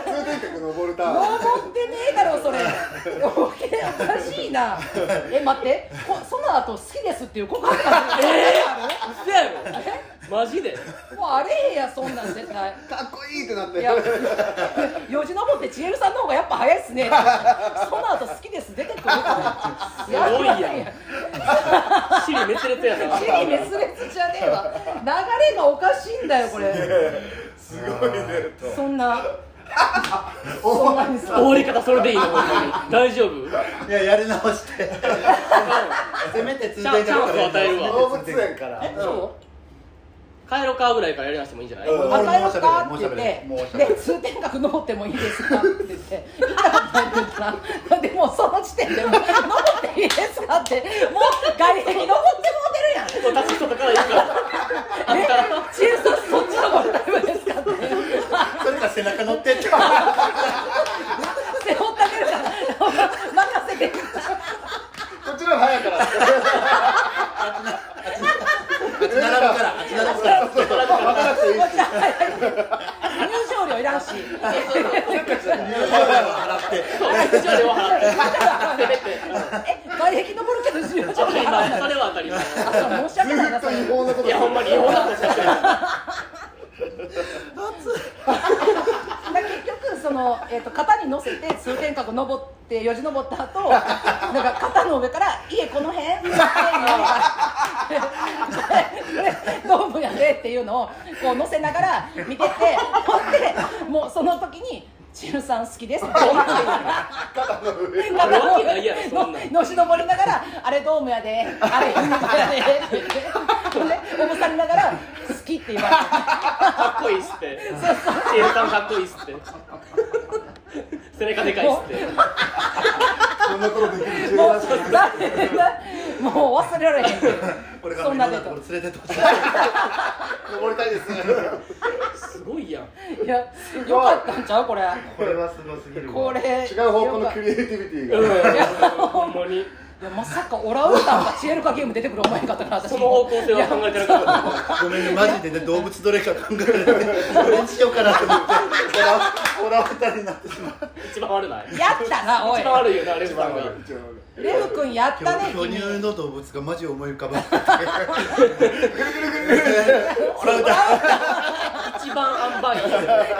って通天閣登るターン登ってねえだろそれおかしいなえ待ってこその後好きですっていう告白がえ嘘やろマジでもうあれへんやそんなん絶対かっこいいってなっいてやよじ登ってちえるさんの方がやっぱ早いっすねその後好きです出てくるからすごいやんばシリ滅裂やな地理滅裂じゃねえわ流れがおかしいんだよこれすごいねそんなそんなにさ終わり方それでいいのほんまに大丈夫いややり直してせめて通天閣からやり直してチャンスを与えるわ動物園からそう帰ろかぐらいからやり直してもいいんじゃないう「ん与えますか?」って言もうっ喋て「れで通天閣登ってもいいですか?」って言って「行ったことない」って言ったらでもその時点でもう「登っていいですか?」ってもう外壁登ってもうてるやん私外から行くから「えチエルさんそっち登るタイプですか?」ってそれか背中乗ってって背負ってあげるから任せてこっちの方が早いから立ち並ぶから立ち並ぶから分からなくていいし入場料いらんし入場料を払って一応両払ってせめて え外壁登るけど入ちょっと場料今いらんそれは当たり前申し訳ないなそれ違法なこといやほんまに違法なことしかしてない だ結局その、えー、と肩に乗せて通天閣登ってよじ登った後なんか肩の上から「家この辺?」って いうドームやでっていうのをこう乗せながら見ててほんでもうその時に「千尋さん好きです」って言って肩のないやろ上そんなんののし登りながら「あれドームやであれドームやで」って言ってほんでおぶさりながら「好き」って言われて。かっこいいっすってシエルさんかっこいいっすって背中でかいっすってそんなことできるもうもう忘れられへんけどこれかそんならデねート俺連れてってほしい登りたいですすごいやんいやよかったんちゃうこれこれはすごすぎるわこれ違う方向よのかっクリエイティビティうんがほんまにいやまさかオランウータンが知恵るかゲーム出てくる思えへんかったから私その方向性は考えてなかったごめんねマジでね動物どれか考えられてどれにしようかなと思ってオラオラウータンになってしまう一番悪ないやったなおい一番悪いよなレフさんが一番悪いレフ君やったね巨君乳の動物がマジ思い浮かばないオランウータン一番アンバイい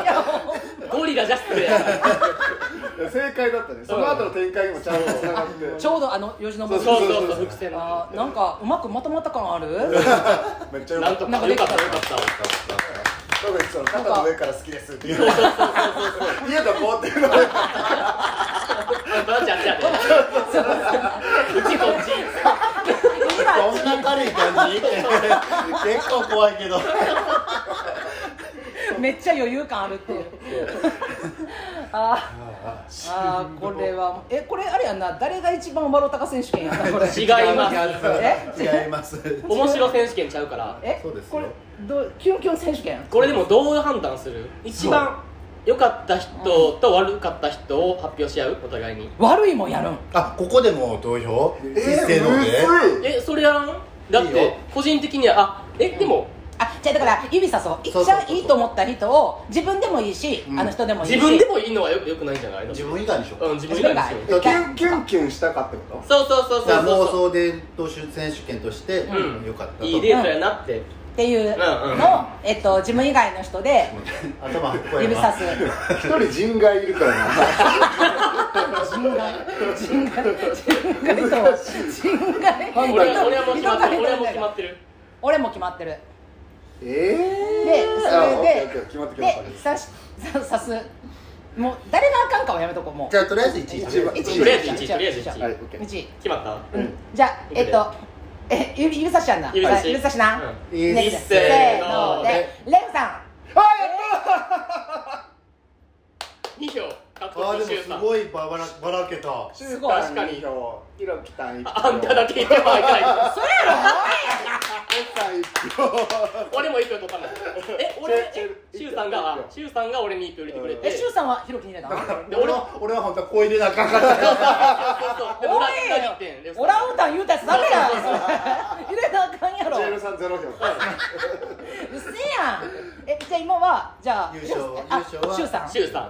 やもうゴリラジャスプや正解だったねその後の展開にもちゃんとつながってちょうどあの吉野そう坊そうさそうそう伏線のんなんかうまくまとまった感あるめっちゃよかなっんとたかよかったよかった特にその肩の上から好きですっていう の家が凍ってるのバラちゃんちゃうでうちこっち今そんな軽い感じ結構怖いけどめっちゃ余裕感あるっ ていうあーあーこれはえこれあれやんな誰が一番笑うたか選手権やんなこれ違いますえ違います面白選手権ちゃうからえそうですよこれどうキュンキュン選手権これでもどう判断する一番良かった人と悪かった人を発表し合うお互いに悪いもんやるんあここでもう投票一斉のでむずいえそれやらんだっいいよて個人的にはあえでもあじゃあだから指さそうそうそう一そうそう番いいと思った人を自分でもいいし、うんあの人でもいいし自分でもいいのはよくよくないんじゃないの自分以外でしょうん自分以外ですよ自分以外キュンキュンキュンしたかってことそうそうそうじゃそあう妄そ想伝統選手権としてうんよかったうといいデートやなってっていううんうんのを、えっと、自分以外の人で頭こうやな指さす一人人外いるからな人外人外人外とは人外俺は俺はもう決まってる俺はもう決まってる俺も決まってるええ でそれで決まってきましたで刺し刺す もう誰があかんかはやめとこうもじゃあとりあえず1位一番うとりあえず1位とりあえずは1い位 OK 1位決まったうんじゃあえっとえ指指差しやんな指差しはい指差しな、うんねいいっせせーーののででレンさあやった2票獲あー得でもしすたごいばらばらけたすごい確かに今日ヒロキさん一あんただけ1票あげないさん一俺も1票取ったもんえ俺ちょえちょシュウさんがシュウさんが俺に1票入れてくれんえてしゅうさんはひろきに入れたので俺俺は俺は本当は声入れなあかんかったそうそうでもお俺いは2点レフさんオランウータン言うたやつダメやん それ入れなあかんやろジェールさんゼロう票っせえやんえじゃあ今はじゃあ優勝あ優勝はシシュウさんュウさん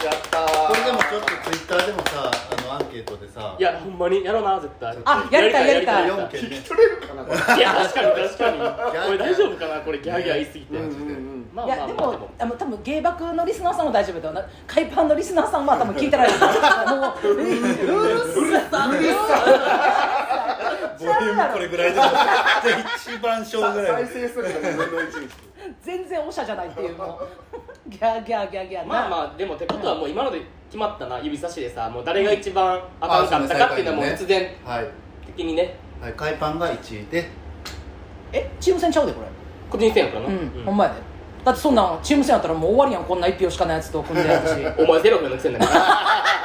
やったーこれでもちょっとツイッターでもさあのアンケートでさいやほんまにやろうな絶対あやりたいやりたいや4り件ね取れるかなこれたいいや確かに確かにこれ大丈夫かなこれギャーギャー言いすぎてうんうんうんまあいまやあでまあもあの多分芸爆のリスナーさんも大丈夫だよな海パンのリスナーさんは多分聞いてないと思うもううるさうるボリュームこれぐらいでも一番小ぐら再い生するの4分の1にして全然おしゃじゃないっていうもうギャーギャーギャーギャーまああまあでもってことはもう今ので決まったな指差しでさもう誰が一番あかんかったかっていうのはもう必然はい的にねはい海パンが1位でえチーム戦ちゃうでこれ個人戦やからな、うん、うんほんまやでだってそんなんチーム戦やったらもう終わりやんこんな1票しかないやつと組んでやるしお前ゼロ票のくせになから1票のくせから言ちゃうであ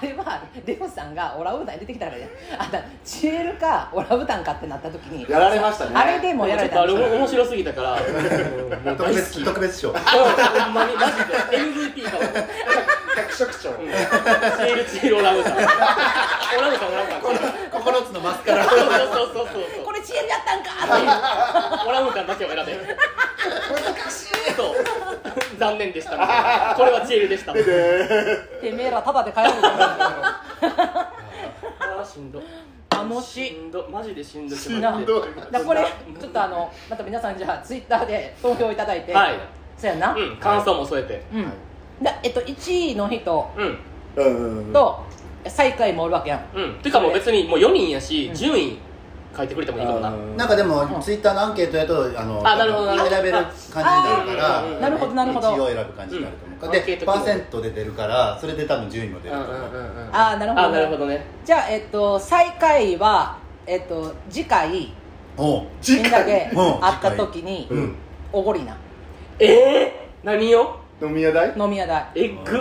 れはレオさんがオラウータン出てきたからねあんたチエルかオラウータンかってなった時にやられましたねあれでえもうやらちょれっとあれたんでしょ面白すぎたからうんもう大特好き別特別賞 うんほんまにマジで MVP かも百色長うんチールチールオランウータンオランウータンオランウータン9つのマスカラそうそうそうそうそうこれチエルやったんかーっていうオランウータンだけを選べ難しいと残念でしたみたいなこれはチールでしたみたいなてめえらただで帰るのかあーしんど楽ししいんどマジでしんどししんマジでどいだこれちょっとあのまた皆さんじゃあツイッターで投票いただいてはいそうやなうん感想も添えてうん、だえっと1位の人うんうんうんうんと最下位もおるわけやんうんてかもう別にもう4人やしうん順位書いてくれてもいいかもななんかでもツイッターのアンケートやとあのあなるほどなるほど選べる感じになるかあーらなるほどなるほど一応選ぶ感じになるとう思う、んアンケーでトパ機能ーセントで出るからそれで多分順位も出うるとん思うう、んうんうんああなるほどあなるほどねじゃあえっと最下位はえっと次回おうみんなでうん会った時にうんおごりなええ何よ飲み屋代飲み屋代えっぐ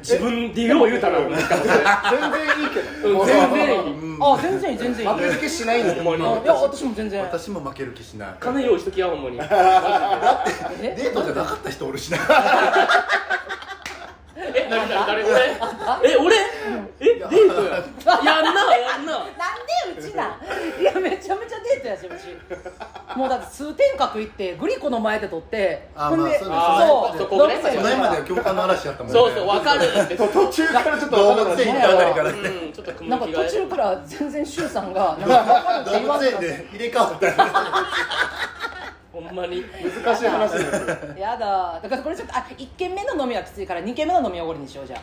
自分でよう言うたら全然いいけどうん全然いいあ全然いい全然いい後付けしないんだほんいまやに私も全然私も負ける気しない金用意しときやほんまにえデートじゃなかった人おるしなえ、なになに誰俺え、俺え、デートややんな、やんななん でうちなんいやめちゃめちゃデートやしうちもうだって通天閣行ってグリコの前で撮ってあーほんでまあそうねそそうこね飲んでそ前までは共感の嵐やったもんねそうそう、わかるって途中からちょっと動分か物んな園い行ったあたりからねうん、ちょっとな雲んか行きが途中から全然周さんがなんか分かるって 動言わな物園くてで入れ替わったほんまに難しい話ですよやだだからこれちょっとあ1軒目の飲みはきついから2軒目の飲みはおごりにしようじゃ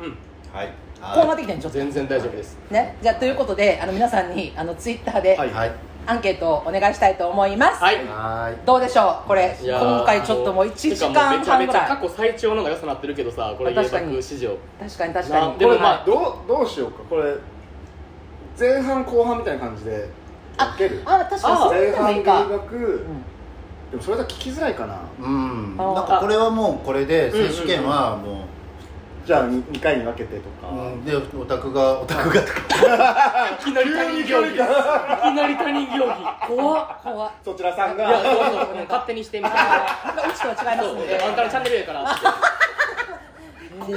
うんはいあこうなってきてんちょっと全然大丈夫ですねじゃあということであの皆さんにあのツイッターではいはいアンケートをお願いしたいと思います、はいはいどうでしょうこれいやー今回ちょっともう1時間てかもう半めちぐゃめちゃら過去最長のが良さなってるけどさこれ原確かに爆史上い確かに確かになでもこれまあどうどうしようかこれ前半後半みたいな感じで分けるあ確かにそうい前うのも半いい留か学、でもそれだと聞きづらいかなうんあーなんかこれはもうこれで選手権はもじゃあ 2, 回に分けてとか、う、うんでお宅がお宅がとかいきなり他人行儀いきなり他人行儀怖っ怖っそちらさんいやがそうそうそう勝手にしてみたいなあーうちとは違いまそすうのであんたのチャンネルやからって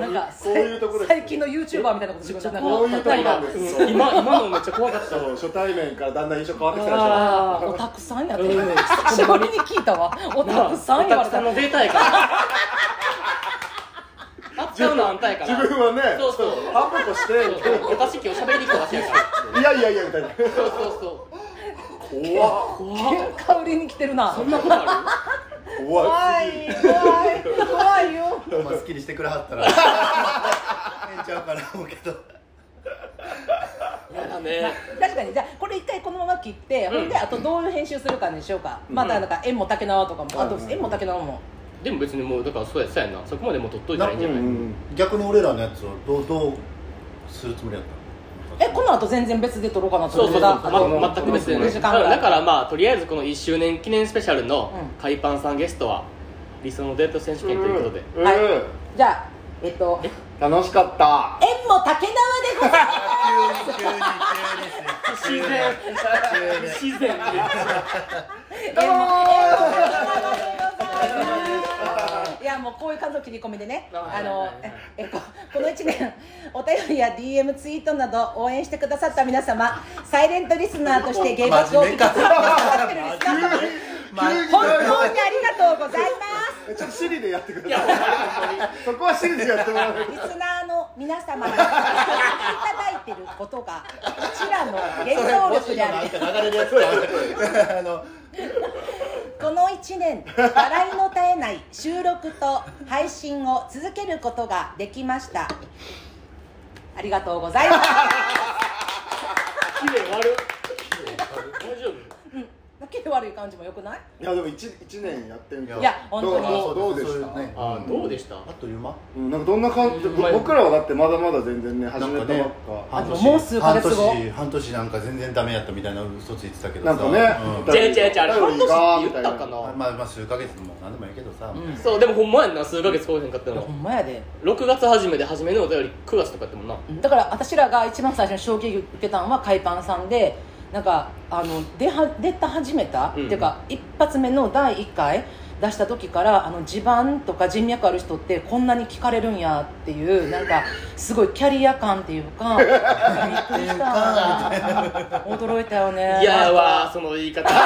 なんかそういうところです最近の YouTuber みたいなこと自分じゃなこういうとこ今なんですうん今今のめっちゃ怖かったそう初対面からだんだん印象変わってきたでしあーょおたくさんやってうん久しぶりに聞いたわおなたくさん言われお宅さたんのデータやから扱うのあんたやから自分はねそうそう半分としてそう私今日喋りに来たわけやからいやいやいやみたいなそうそうそう怖っ怖っ喧嘩売りに来てるなそんなことある怖い怖い怖いよまあ好きにしてくれはった らええんちゃうかな思うけどやだね確かにじゃあこれ一回このまま切って、うんほんであとどういう編集するかにしようか、またなんか縁も竹縄とかも、あと縁も竹縄もでも別にもうだからそうやそうやんなそこまでもう取っといたらいいんじゃないん逆に俺らのやつをどうどうするつもりやったえのこの後全然別で撮ろうかなとそう思そうそう、まだあとま、全く別でね時だか間ぐららいだからまあとりあえずこの1周年記念スペシャルのうん海パンさんゲストは理想のデート選手権ということで、うんはいじゃあえっと楽しかった縁も竹縄でございます急不に自然不自然どうもいやもうこういう感じの切り込みでね、はいあはのいはいえここの1年お便りや DM ツイートなど応援してくださった皆様サイレントリスナーとして芸罰を聞 かせてくださってるリスナー様本当にありがとうございますちょっとシリでやってくださいそこはシリでやってもらうリスナーの皆様にいた だいてることがうちらの原動力であり急に流れるやつやあのこの1年笑いの絶えない収録と配信を続けることができましたありがとうございます綺麗悪大丈夫気悪い感じもよくないいやでも一一年やってみたいや本当にどうどうでそうしいたうねあーどうでしたあっという間うんなんかどんな感じうまい僕らはだってまだまだ全然ねな始んめかたねばっか半年あもう数ヶ月後半年半年なんか全然ダメやったみたいな嘘ついてたけどなさんかねう違う違う違うあれ半年って言ったかんまあなまあ数ヶ月でも何でもいいけどさ、うんそうでもほんまやんな数ヶ月来おへんかったいやのほんまやで6月初めで初めのお便り9月とかやってもんなだから私らが一番最初に衝撃受けたのは海パンさんでなんかあの出は出た始めうた、んっていうか一発目の第1回出した時からあの地盤とか人脈ある人ってこんなに聞かれるんやっていうなんかすごいキャリア感っていうかびっくりした驚いたよねいやーわーその言い方いや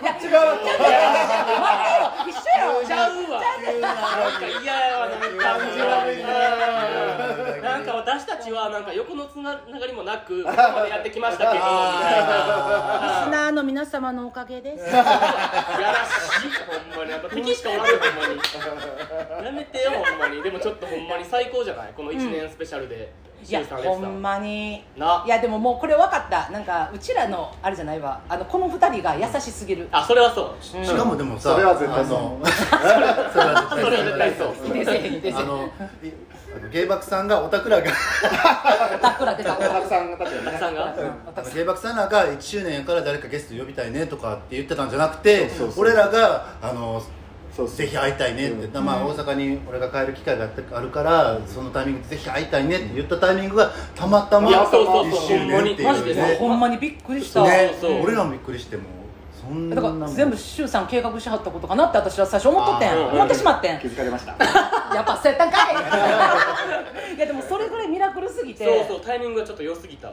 違う待ってよ一緒やろちゃうわなんか嫌やわなんか感じ悪いななんか私たちはなんか横のつながりもなくここまでやってきましたけどみたいリなスナーの皆様のおかげですやらしいほんまにやっぱ敵しかおらんよほんまにやめてよほんまにでもちょっとほんまに最高じゃないこの1年スペシャルでいや週3ほ列んんまにないやでももうこれ分かったなんかうちらのあれじゃないわあのこの2人が優しすぎるあそれはそううん しかもでもさそれは絶対そうあのそれはそれは絶対そういいですねいいですあねのいあの芸爆さんがオタクらがおたくら出たおたたくさんが確かたにくねさんがあの芸爆さんらが1周年やから誰かゲスト呼びたいねとかって言ってたんじゃなくてそうそうそう俺らがあのそうぜひ会いたいねって、まあ、大阪に俺が帰る機会があってあるからそのタイミングでぜひ会いたいねって言ったタイミングがたまたまいやそうそう1そう周年っていほんまにマジでうねそほんまにびっくりした、ねそうそう俺らもびっくりしてもうそんなだから全部柊さん計画しはったことかなって私は最初思っとってあんー思ってしまってん気づかれましたやっぱせったんか いいやでもそれぐらいミラクルすぎてそうそうタイミングがちょっと良すぎた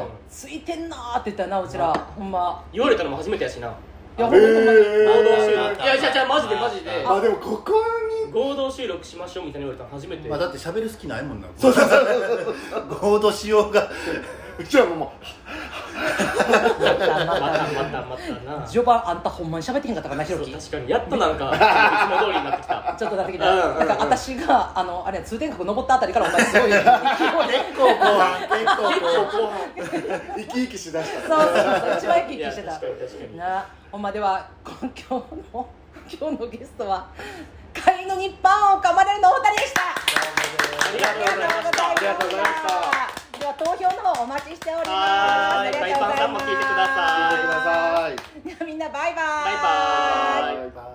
ううんついてんなーって言ったよなうちらほんま言われたのも初めてやしなええー合同収録いやじゃじゃマジでマジであでもここに合同収録しましょうみたいに言われたの初めてまあ、だって喋る好きないも んなそうそうそう合同しようがうちはもうまたまたまたな序盤あんたほんまに喋ってへんかったからなひろそうき確かにやっと なんかいつも通りになってきたちょっとなってきうんうんうたんなんか私があのあれや通天閣登ったあたりからお前すごい勢いで結構後半結構後半生き生きしだしそうそうそう一番生きい生やきして確たかに確かになほんまではこ今日の今日のゲストは飼い犬にパンを噛まれるのお二人でしたありがとうございましたありがとうありがとうござございまいましたでは投票の方お待ちしておりますはーいありがとうパイパンございますさんも聞いてくださた。聞いてください。ではみんなバイババイイバイバイバイ。